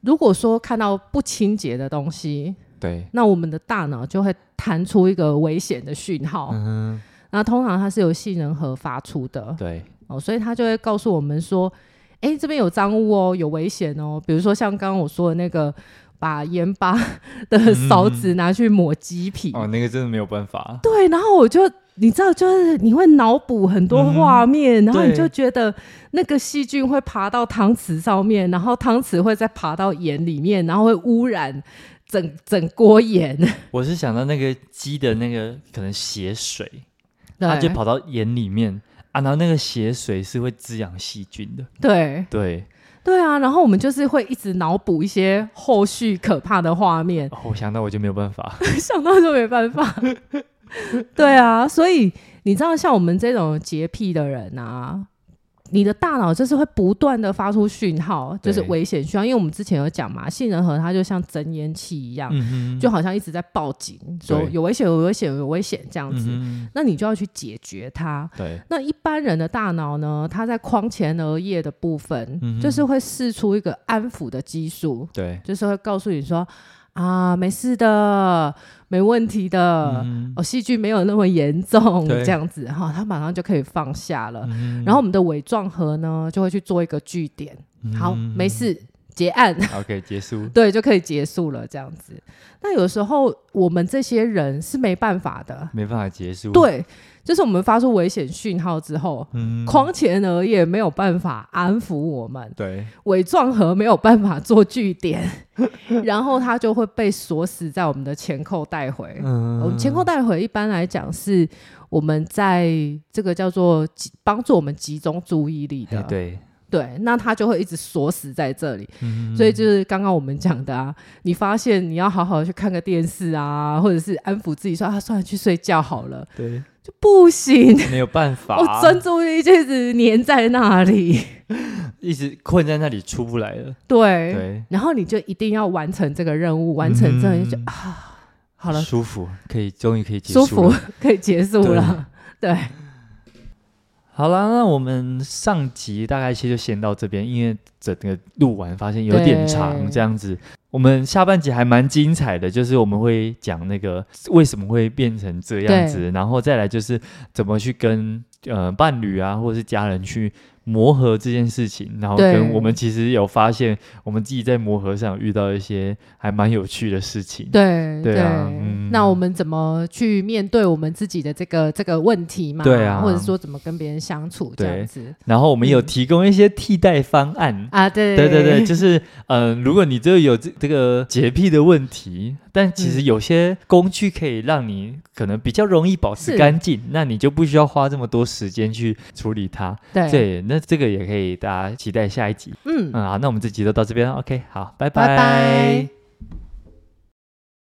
Speaker 2: 如果说看到不清洁的东西，
Speaker 1: 哼，对，
Speaker 2: 那我们的大脑就会弹出一个危险的讯号。
Speaker 1: 嗯
Speaker 2: 那通常它是由杏仁核发出的
Speaker 1: 哼，对，
Speaker 2: 哦，所以它就会告诉我们说，哎，这边有脏污哦，有危险哦。比如说像刚刚我说的那个，把盐巴 的勺子拿去抹鸡皮，
Speaker 1: 嗯哦，那个真的没有办法，
Speaker 2: 对，然后我就你知道，就是你会脑补很多画面，然后你
Speaker 1: 嗯对
Speaker 2: 就觉得那个细菌会爬到汤匙上面，然后汤匙会再爬到盐里面，然后会污染整整锅盐，
Speaker 1: 我是想到那个鸡的那个可能血水，它
Speaker 2: 对
Speaker 1: 就跑到眼里面啊，然后那个血水是会滋养细菌的，
Speaker 2: 对
Speaker 1: 对，
Speaker 2: 对啊，然后我们就是会一直脑补一些后续可怕的画面，
Speaker 1: 哦，我想到我就没有办法，
Speaker 2: 想到就没办法。 对啊，所以你知道，像我们这种洁癖的人啊，你的大脑就是会不断的发出讯号，就是
Speaker 1: 对
Speaker 2: 危险讯号。因为我们之前有讲嘛，杏仁核它就像增烟器一样，
Speaker 1: 嗯哼，
Speaker 2: 就好像一直在报警，说
Speaker 1: 对
Speaker 2: 有危险，有危险，有危险这样
Speaker 1: 嗯
Speaker 2: 子。
Speaker 1: 哼，
Speaker 2: 那你就要去解决它。
Speaker 1: 对，
Speaker 2: 那一般人的大脑呢，它在框前额叶的部分，
Speaker 1: 嗯哼
Speaker 2: 就是会释出一个安抚的激素，
Speaker 1: 对，
Speaker 2: 就是会告诉你说啊，没事的，没问题
Speaker 1: 嗯
Speaker 2: 的，
Speaker 1: 哼
Speaker 2: 哦，戏剧没有那么严重，
Speaker 1: 对
Speaker 2: 这样子哈，他马上就可以放下了。
Speaker 1: 嗯哼
Speaker 2: 然后我们的伪状核呢，就会去做一个据点，好，
Speaker 1: 嗯
Speaker 2: 没事，结案，
Speaker 1: ，OK，结束，
Speaker 2: 对，就可以结束了，这样子。那有时候我们这些人是没办法的，
Speaker 1: 没办法结束，，
Speaker 2: 对，就是我们发出危险讯号之后。
Speaker 1: 嗯，
Speaker 2: 框前额叶没有办法安抚我们，
Speaker 1: 对，
Speaker 2: 伪状核没有办法做据点， 然后它就会被锁死在我们的前扣带回。
Speaker 1: 嗯
Speaker 2: 我们前扣带回一般来讲是我们在这个叫做集帮助我们集中注意力的
Speaker 1: 哎，对，
Speaker 2: 对那它就会一直锁死在这里。
Speaker 1: 嗯
Speaker 2: 所以就是刚刚我们讲的啊，你发现你要好好去看个电视啊，或者是安抚自己说啊，算了，去睡觉好了，
Speaker 1: 对，
Speaker 2: 就 不行，
Speaker 1: 没有办法，啊
Speaker 2: 我专注力就一直黏在那里，
Speaker 1: 一直困在那里出不来了，
Speaker 2: 对。
Speaker 1: 对，
Speaker 2: 然后你就一定要完成这个任务，哎完成这个就、
Speaker 1: 嗯
Speaker 2: 啊，好了，
Speaker 1: 舒服，可以，终于可以结束
Speaker 2: 舒
Speaker 1: 了，
Speaker 2: 服， 可以结束了。对，
Speaker 1: 好啦，那我们上集大概其实就先到这边，因为整个录完发现有点长，
Speaker 2: 对
Speaker 1: 这样子。我们下半集还蛮精彩的，就是我们会讲那个为什么会变成这样子，然后再来就是怎么去跟呃伴侣啊或者是家人去磨合这件事情，然后
Speaker 2: 对
Speaker 1: 跟我们其实有发现我们自己在磨合上遇到一些还蛮有趣的事情。
Speaker 2: 对
Speaker 1: 对啊嗯
Speaker 2: 那我们怎么去面对我们自己的这个这个问题嘛？
Speaker 1: 对啊
Speaker 2: 或者说怎么跟别人相处这样子
Speaker 1: 然后我们有
Speaker 2: 嗯
Speaker 1: 提供一些替代方案，
Speaker 2: 啊？对
Speaker 1: 对对对，就是嗯、呃如果你这有这这个洁癖的问题，但其实有些工具可以让你可能比较容易保持
Speaker 2: 是
Speaker 1: 干净，那你就不需要花这么多时间去处理它。
Speaker 2: 对
Speaker 1: 对，那这个也可以大家期待下一集。
Speaker 2: 嗯，
Speaker 1: 嗯，好，那我们这集就到这边，OK，好，拜
Speaker 2: 拜拜